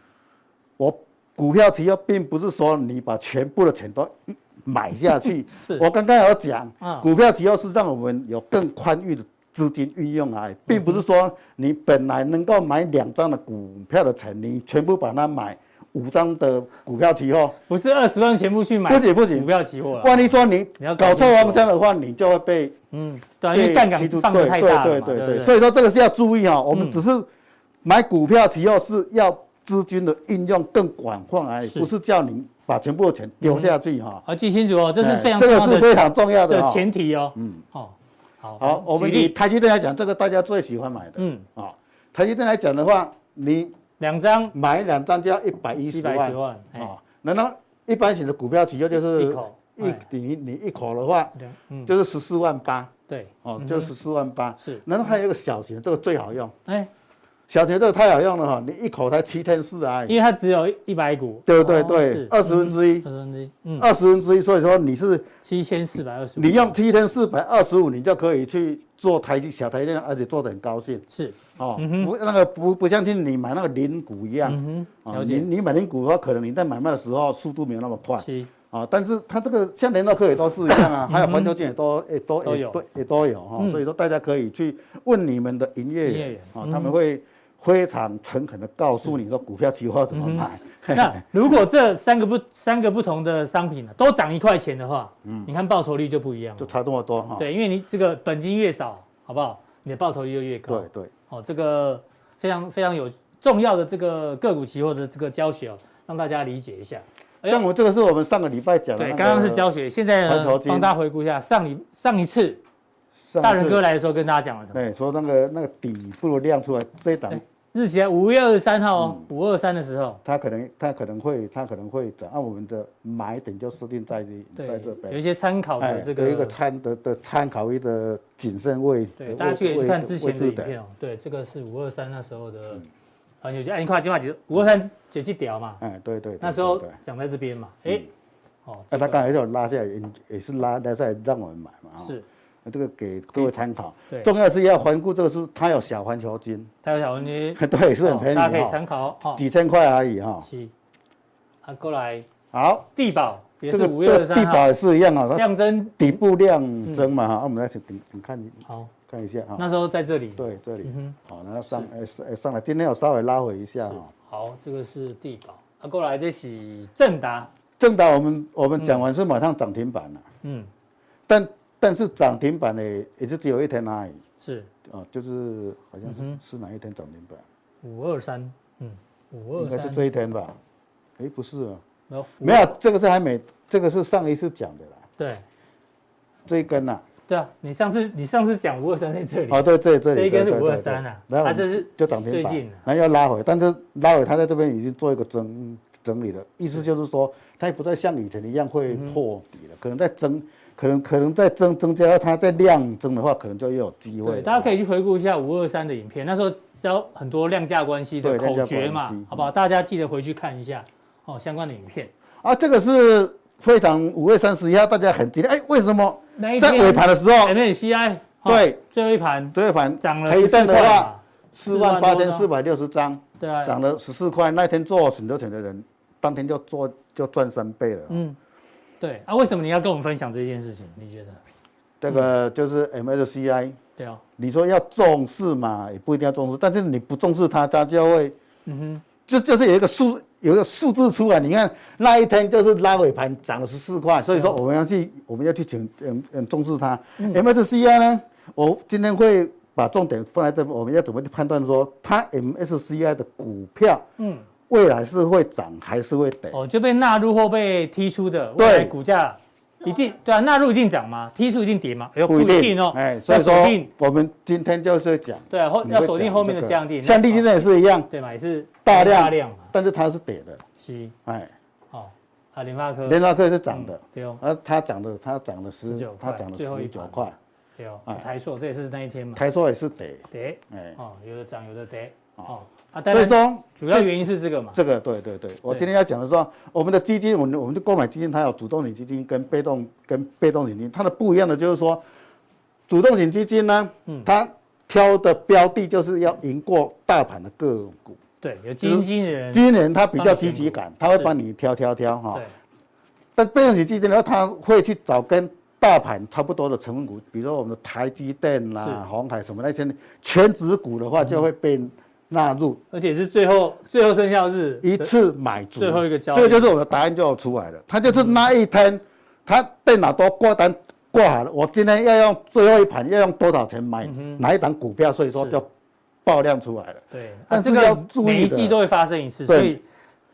Speaker 4: 我股票期货并不是说你把全部的钱都一买下去
Speaker 1: [laughs] 是
Speaker 4: 我刚刚有讲
Speaker 1: 啊，
Speaker 4: 股票期货是让我们有更宽裕的资金运用
Speaker 1: 嗯
Speaker 4: 啊，并不是说你本来能够买两张的股票的钱，你全部把它买五张的股票期货。
Speaker 1: 不是二十万全部去买，
Speaker 4: 不行不行
Speaker 1: 股票期货了，
Speaker 4: 万一说你
Speaker 1: 你要搞
Speaker 4: 搞错
Speaker 1: 清楚
Speaker 4: 方向的话，你就会被
Speaker 1: 嗯，对啊，因为杠杆
Speaker 4: 被踢出
Speaker 1: 放的
Speaker 4: 对
Speaker 1: 太大了
Speaker 4: 对
Speaker 1: 嘛，
Speaker 4: 对对
Speaker 1: 不嗯
Speaker 4: 对，所以说这个是要注意啊。我们只是买股票期货是要资金的应用更广泛而已，
Speaker 1: 是
Speaker 4: 不是叫你把全部的钱丢下去哈。
Speaker 1: 好，记清楚哦，这是
Speaker 4: 哎
Speaker 1: 非常
Speaker 4: 这
Speaker 1: 重
Speaker 4: 个
Speaker 1: 要
Speaker 4: 是
Speaker 1: 的
Speaker 4: 非常重要的
Speaker 1: 的
Speaker 4: 哈
Speaker 1: 前提哦，嗯
Speaker 4: 嗯，
Speaker 1: 哦，好，
Speaker 4: 好，我们
Speaker 1: 举
Speaker 4: 以
Speaker 1: 例
Speaker 4: 台积电来讲，这个大家最喜欢买的。
Speaker 1: 嗯
Speaker 4: 嗯啊，台积电来讲的话，你
Speaker 1: 两张
Speaker 4: 买两张就要一百一
Speaker 1: 一
Speaker 4: 十
Speaker 1: 百
Speaker 4: 万。
Speaker 1: 十万，哎，
Speaker 4: 啊，难道一般型的股票期货就是
Speaker 1: 一口
Speaker 4: 一
Speaker 1: 哎
Speaker 4: 你你一口的话，
Speaker 1: 两嗯，
Speaker 4: 就是十四万八
Speaker 1: 对，
Speaker 4: 哦，就十四万八。
Speaker 1: 嗯是
Speaker 4: 难道还有一个小型的，这个最好用？
Speaker 1: 哎，
Speaker 4: 小型这个太好用了哈，你一口才七天四啊，
Speaker 1: 因为它只有一百股，
Speaker 4: 对不对？
Speaker 1: 哦
Speaker 4: 对
Speaker 1: 是，
Speaker 4: 二十分之一
Speaker 1: 二，十分之一，嗯，
Speaker 4: 二十分之一，所以说你是
Speaker 1: 七千四百二十五，
Speaker 4: 你用七天四百二十五，你就可以去做台积小台积电，而且做得很高兴。
Speaker 1: 是
Speaker 4: 哦，不，那个不不像听你买那个零股一样，
Speaker 1: 嗯哼
Speaker 4: 啊
Speaker 1: 了解
Speaker 4: 你你买零股的话，可能你在买卖的时候速度没有那么快 [laughs]
Speaker 1: 七，
Speaker 4: 啊，但是它这个像联络科也都是一样
Speaker 1: [coughs]
Speaker 4: 啊，还有环球金也都也都
Speaker 1: 嗯都
Speaker 4: 也
Speaker 1: 有嗯
Speaker 4: 都也都有哈，所以说大家可以去问你们的营业
Speaker 1: 营业员嗯
Speaker 4: 员啊，他们会非常诚恳的告诉你说股票期货怎么买。
Speaker 1: 嗯 [laughs] 那如果这三个不三个不同的商品呢、都涨一块钱的话，
Speaker 4: 嗯
Speaker 1: 你看报酬率就不一样
Speaker 4: 就
Speaker 1: 了。
Speaker 4: 差这么多哈，
Speaker 1: 对，因为你这个本金越少，好不好？你的报酬率就越高。
Speaker 4: 对，对，
Speaker 1: 哦，这个非常非常有重要的这个个股期货的这个教学哦，让大家理解一下。哎呦
Speaker 4: 像我这个是我们上个礼拜讲的
Speaker 1: 对，
Speaker 4: 那个，
Speaker 1: 刚刚是教学，现在呢
Speaker 4: 环球金
Speaker 1: 帮大家回顾一下上一上一次
Speaker 4: 上次
Speaker 1: 大人哥来的时候跟大家讲了什么？
Speaker 4: 对说那个那个底部的量出来，这一档
Speaker 1: 哎日期五月二十三号
Speaker 4: 嗯
Speaker 1: 哦，五二三的时候，
Speaker 4: 它可能它可能会它可能会涨，按、啊我们的买点就设定在这
Speaker 1: 对
Speaker 4: 在这，
Speaker 1: 有一
Speaker 4: 边。哎
Speaker 1: 些参考的这
Speaker 4: 有
Speaker 1: 个
Speaker 4: 一个参的的参考一个谨慎位，
Speaker 1: 对，
Speaker 4: 位
Speaker 1: 大家去可以去看之前的
Speaker 4: 位
Speaker 1: 影
Speaker 4: 置的
Speaker 1: 片哦。对，这个是五二三那时候的环球金，哎，你看金马几五二三九七屌嘛，
Speaker 4: 哎，对对，对
Speaker 1: 那时候
Speaker 4: 对对
Speaker 1: 讲在这边嘛，哎，哦，这
Speaker 4: 那他
Speaker 1: 个
Speaker 4: 刚才就拉下来，也也是拉拉下来让我们买嘛，哦
Speaker 1: 是，
Speaker 4: 那这个给各位参考
Speaker 1: 对。
Speaker 4: 重要是要环顾这个是它有小环球金，
Speaker 1: 他有小红你
Speaker 4: [laughs] 对，是很便宜
Speaker 1: 大家可以
Speaker 4: 哦
Speaker 1: 参考哦。
Speaker 4: 几千块而已哈。
Speaker 1: 是，啊，过来
Speaker 4: 好，
Speaker 1: 地保也
Speaker 4: 这
Speaker 1: 是
Speaker 4: 个
Speaker 1: 五月二
Speaker 4: 这个地
Speaker 1: 三
Speaker 4: 保
Speaker 1: 号
Speaker 4: 也是一样啊，它
Speaker 1: 亮针，
Speaker 4: 底部量增嘛哈，啊我们来请请看一
Speaker 1: 好，
Speaker 4: 看一下啊。
Speaker 1: 那时候在这里，
Speaker 4: 对，这里
Speaker 1: 嗯，
Speaker 4: 好，然后上哎上哎上来，今天有稍微拉回一下
Speaker 1: 是
Speaker 4: 哦。，
Speaker 1: 好，这个是地保，啊，过来这是正达，
Speaker 4: 正达我们我们讲完是马上涨停板了，
Speaker 1: 嗯，
Speaker 4: 但但是涨停板呢也是只有一天而已，
Speaker 1: 是
Speaker 4: 啊，就是好像
Speaker 1: 嗯
Speaker 4: 是是哪一天涨停板，
Speaker 1: 五二三，嗯，五二
Speaker 4: 应该是
Speaker 1: 三，哦
Speaker 4: 这一天吧？哎，不是啊，
Speaker 1: 没有
Speaker 4: 没有，这个是还没，这个是上一次讲的啦，
Speaker 1: 对
Speaker 4: 这一根呐、
Speaker 1: 对啊，你上次你上次讲五二三在这里，
Speaker 4: 哦，对，这这里
Speaker 1: 这一根是
Speaker 4: 对对对
Speaker 1: 523啊
Speaker 4: 对然后
Speaker 1: 啊这是
Speaker 4: 就涨停
Speaker 1: 最
Speaker 4: 板，
Speaker 1: 近啊
Speaker 4: 然后要拉回，但是拉回它在这边已经做一个整整理了，意思就是说它也不再像以前一样会破底
Speaker 1: 嗯
Speaker 4: 了，可能在增，可能可能在增增加，它在量增的话，可能就又有机会
Speaker 1: 对，
Speaker 4: 了。
Speaker 1: 大家可以去回顾一下五二三的影片，那时候教很多量价关系的
Speaker 4: 对量
Speaker 1: 口
Speaker 4: 价
Speaker 1: 诀嘛
Speaker 4: 关系，嗯
Speaker 1: 好不好？大家记得回去看一下哦，相关的影片。
Speaker 4: 啊，这个是非常五月三十一号，大家很激烈，哎，为什么
Speaker 1: 那一
Speaker 4: 在尾
Speaker 1: 天
Speaker 4: 盘的时候，
Speaker 1: MSCI 哦
Speaker 4: 对
Speaker 1: 最后一盘
Speaker 4: 尾盘
Speaker 1: 涨了
Speaker 4: 台
Speaker 1: 十
Speaker 4: 盛
Speaker 1: 四
Speaker 4: 的
Speaker 1: 块
Speaker 4: 话，
Speaker 1: 嘛，
Speaker 4: 四万八千四
Speaker 1: 百，
Speaker 4: 百六十张。
Speaker 1: 对啊，
Speaker 4: 涨了十四块，那天做选择权的人，当天就做就赚三倍了。
Speaker 1: 嗯，对啊，为什么你要跟我们分享这件事情？你觉得？
Speaker 4: 这个就是 MSCI，
Speaker 1: 对哦，
Speaker 4: 你说要重视嘛，也不一定要重视，但是你不重视它，它就会
Speaker 1: 嗯哼，
Speaker 4: 就就是有一个数有一个数字出来。你看那一天就是拉尾盘涨了十四块，所以说我们要去我们要去请嗯嗯重视它。MSCI 呢，我今天会把重点放在这，我们要怎么去判断说它 MSCI 的股票
Speaker 1: 嗯，
Speaker 4: 未来是会涨还是会跌？
Speaker 1: 哦，就被纳入或被踢出的，
Speaker 4: 对
Speaker 1: 未来股价一定对啊，纳入一定涨吗？踢出一定跌吗？哎呦，不一定哦，
Speaker 4: 哎，所
Speaker 1: 要
Speaker 4: 以
Speaker 1: 锁
Speaker 4: 说
Speaker 1: 定，
Speaker 4: 我们今天就是讲，
Speaker 1: 对啊，后
Speaker 4: 你会
Speaker 1: 要锁定
Speaker 4: 讲
Speaker 1: 后面的
Speaker 4: 这个
Speaker 1: 降定，
Speaker 4: 像利金
Speaker 1: 哦
Speaker 4: 的也是一样，
Speaker 1: 对嘛，也是
Speaker 4: 大量
Speaker 1: 大量嘛，
Speaker 4: 但是它是跌的，
Speaker 1: 是
Speaker 4: 哎，
Speaker 1: 哦，啊，联发科
Speaker 4: 联发科是涨的
Speaker 1: 嗯，对哦，
Speaker 4: 而它涨的它涨了十
Speaker 1: 19，块
Speaker 4: 它涨了
Speaker 1: 最后一
Speaker 4: 十
Speaker 1: 盘
Speaker 4: 九块，
Speaker 1: 对哦
Speaker 4: 哎，
Speaker 1: 台硕这也是那一天嘛，
Speaker 4: 台硕也是跌，
Speaker 1: 跌
Speaker 4: 哎，
Speaker 1: 哦，有的涨有的跌哦，啊，当
Speaker 4: 所以
Speaker 1: 然
Speaker 4: 说
Speaker 1: 主要原因是这个嘛，
Speaker 4: 这个对对对，我
Speaker 1: 对
Speaker 4: 今天要讲的是说，我们的基金，我们我们的购买基金，它有主动型基金跟被动跟被动型基金，它的不一样的就是说，主动型基金呢，
Speaker 1: 嗯
Speaker 4: 它挑的标的就是要赢过大盘的个股。
Speaker 1: 对，有基金经理人，
Speaker 4: 今年他比较积极感，他会帮你挑挑挑哈
Speaker 1: 对。，
Speaker 4: 但被动型基金呢，他会去找跟大盘差不多的成分股，比如说我们的台积电
Speaker 1: 是
Speaker 4: 啦、红海什么那些全指股的话，就会被纳入
Speaker 1: 而且是最后最后生效日
Speaker 4: 一
Speaker 1: 的
Speaker 4: 次买足。
Speaker 1: 最后一个交易
Speaker 4: 这个就是我们的答案就出来了。他就是那一天，他电脑都挂单挂好了，我今天要用最后一盘要用多少钱买哪一档股票，所以说
Speaker 1: 嗯是
Speaker 4: 就爆量出来了。
Speaker 1: 对，那
Speaker 4: 但
Speaker 1: 这
Speaker 4: 是要
Speaker 1: 个
Speaker 4: 注意
Speaker 1: 每一
Speaker 4: 的
Speaker 1: 季都会发生一次，
Speaker 4: 对
Speaker 1: 所以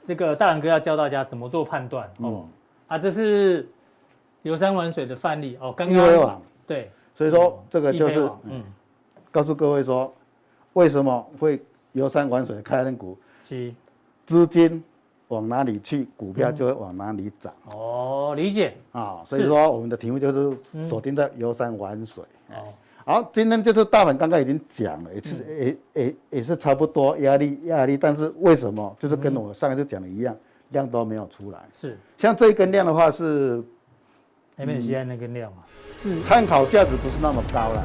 Speaker 1: 这个大人哥要教大家怎么做判断
Speaker 4: 嗯
Speaker 1: 哦。啊，这是游山玩水的范例哦。刚
Speaker 4: 因为
Speaker 1: 刚
Speaker 4: 网，
Speaker 1: 对，
Speaker 4: 所以说这个
Speaker 1: 易
Speaker 4: 就
Speaker 1: 飞
Speaker 4: 是
Speaker 1: 网嗯，
Speaker 4: 告诉各位说，为什么会游山玩水开人股？
Speaker 1: 七
Speaker 4: 资金往哪里去，股票就会往哪里涨
Speaker 1: 哦，理解
Speaker 4: 啊、
Speaker 1: 嗯是
Speaker 4: 所以说我们的题目就是锁定在游山玩水。哎
Speaker 1: 哦，嗯
Speaker 4: 好，今天就是大盘刚刚已经讲了，也是、也也也是差不多压力压力，但是为什么就是跟我上一次讲的一样，量都没有出来。
Speaker 1: 是
Speaker 4: 像这一根量的话是嗯
Speaker 1: MSCI 那根量嘛？是
Speaker 4: 参考价值不是那么高了，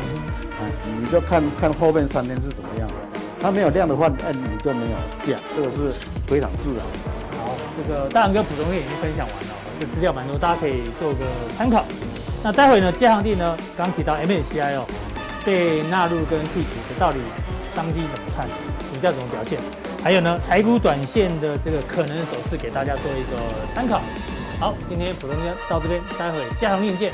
Speaker 4: 哎，你就看看后面三天是怎么样的。它没有量的话，哎，你就没有量，这个是非常自然的。
Speaker 1: 好，这个大人哥普通店已经分享完了，这资料蛮多，大家可以做个参考。那待会呢，建行地呢，刚提到 MSCI 哦，被纳入跟剔除的到底商机怎么看，股价怎么表现？还有呢，台股短线的这个可能的走势，给大家做一个参考。好，今天普通店到这边，待会建行地见，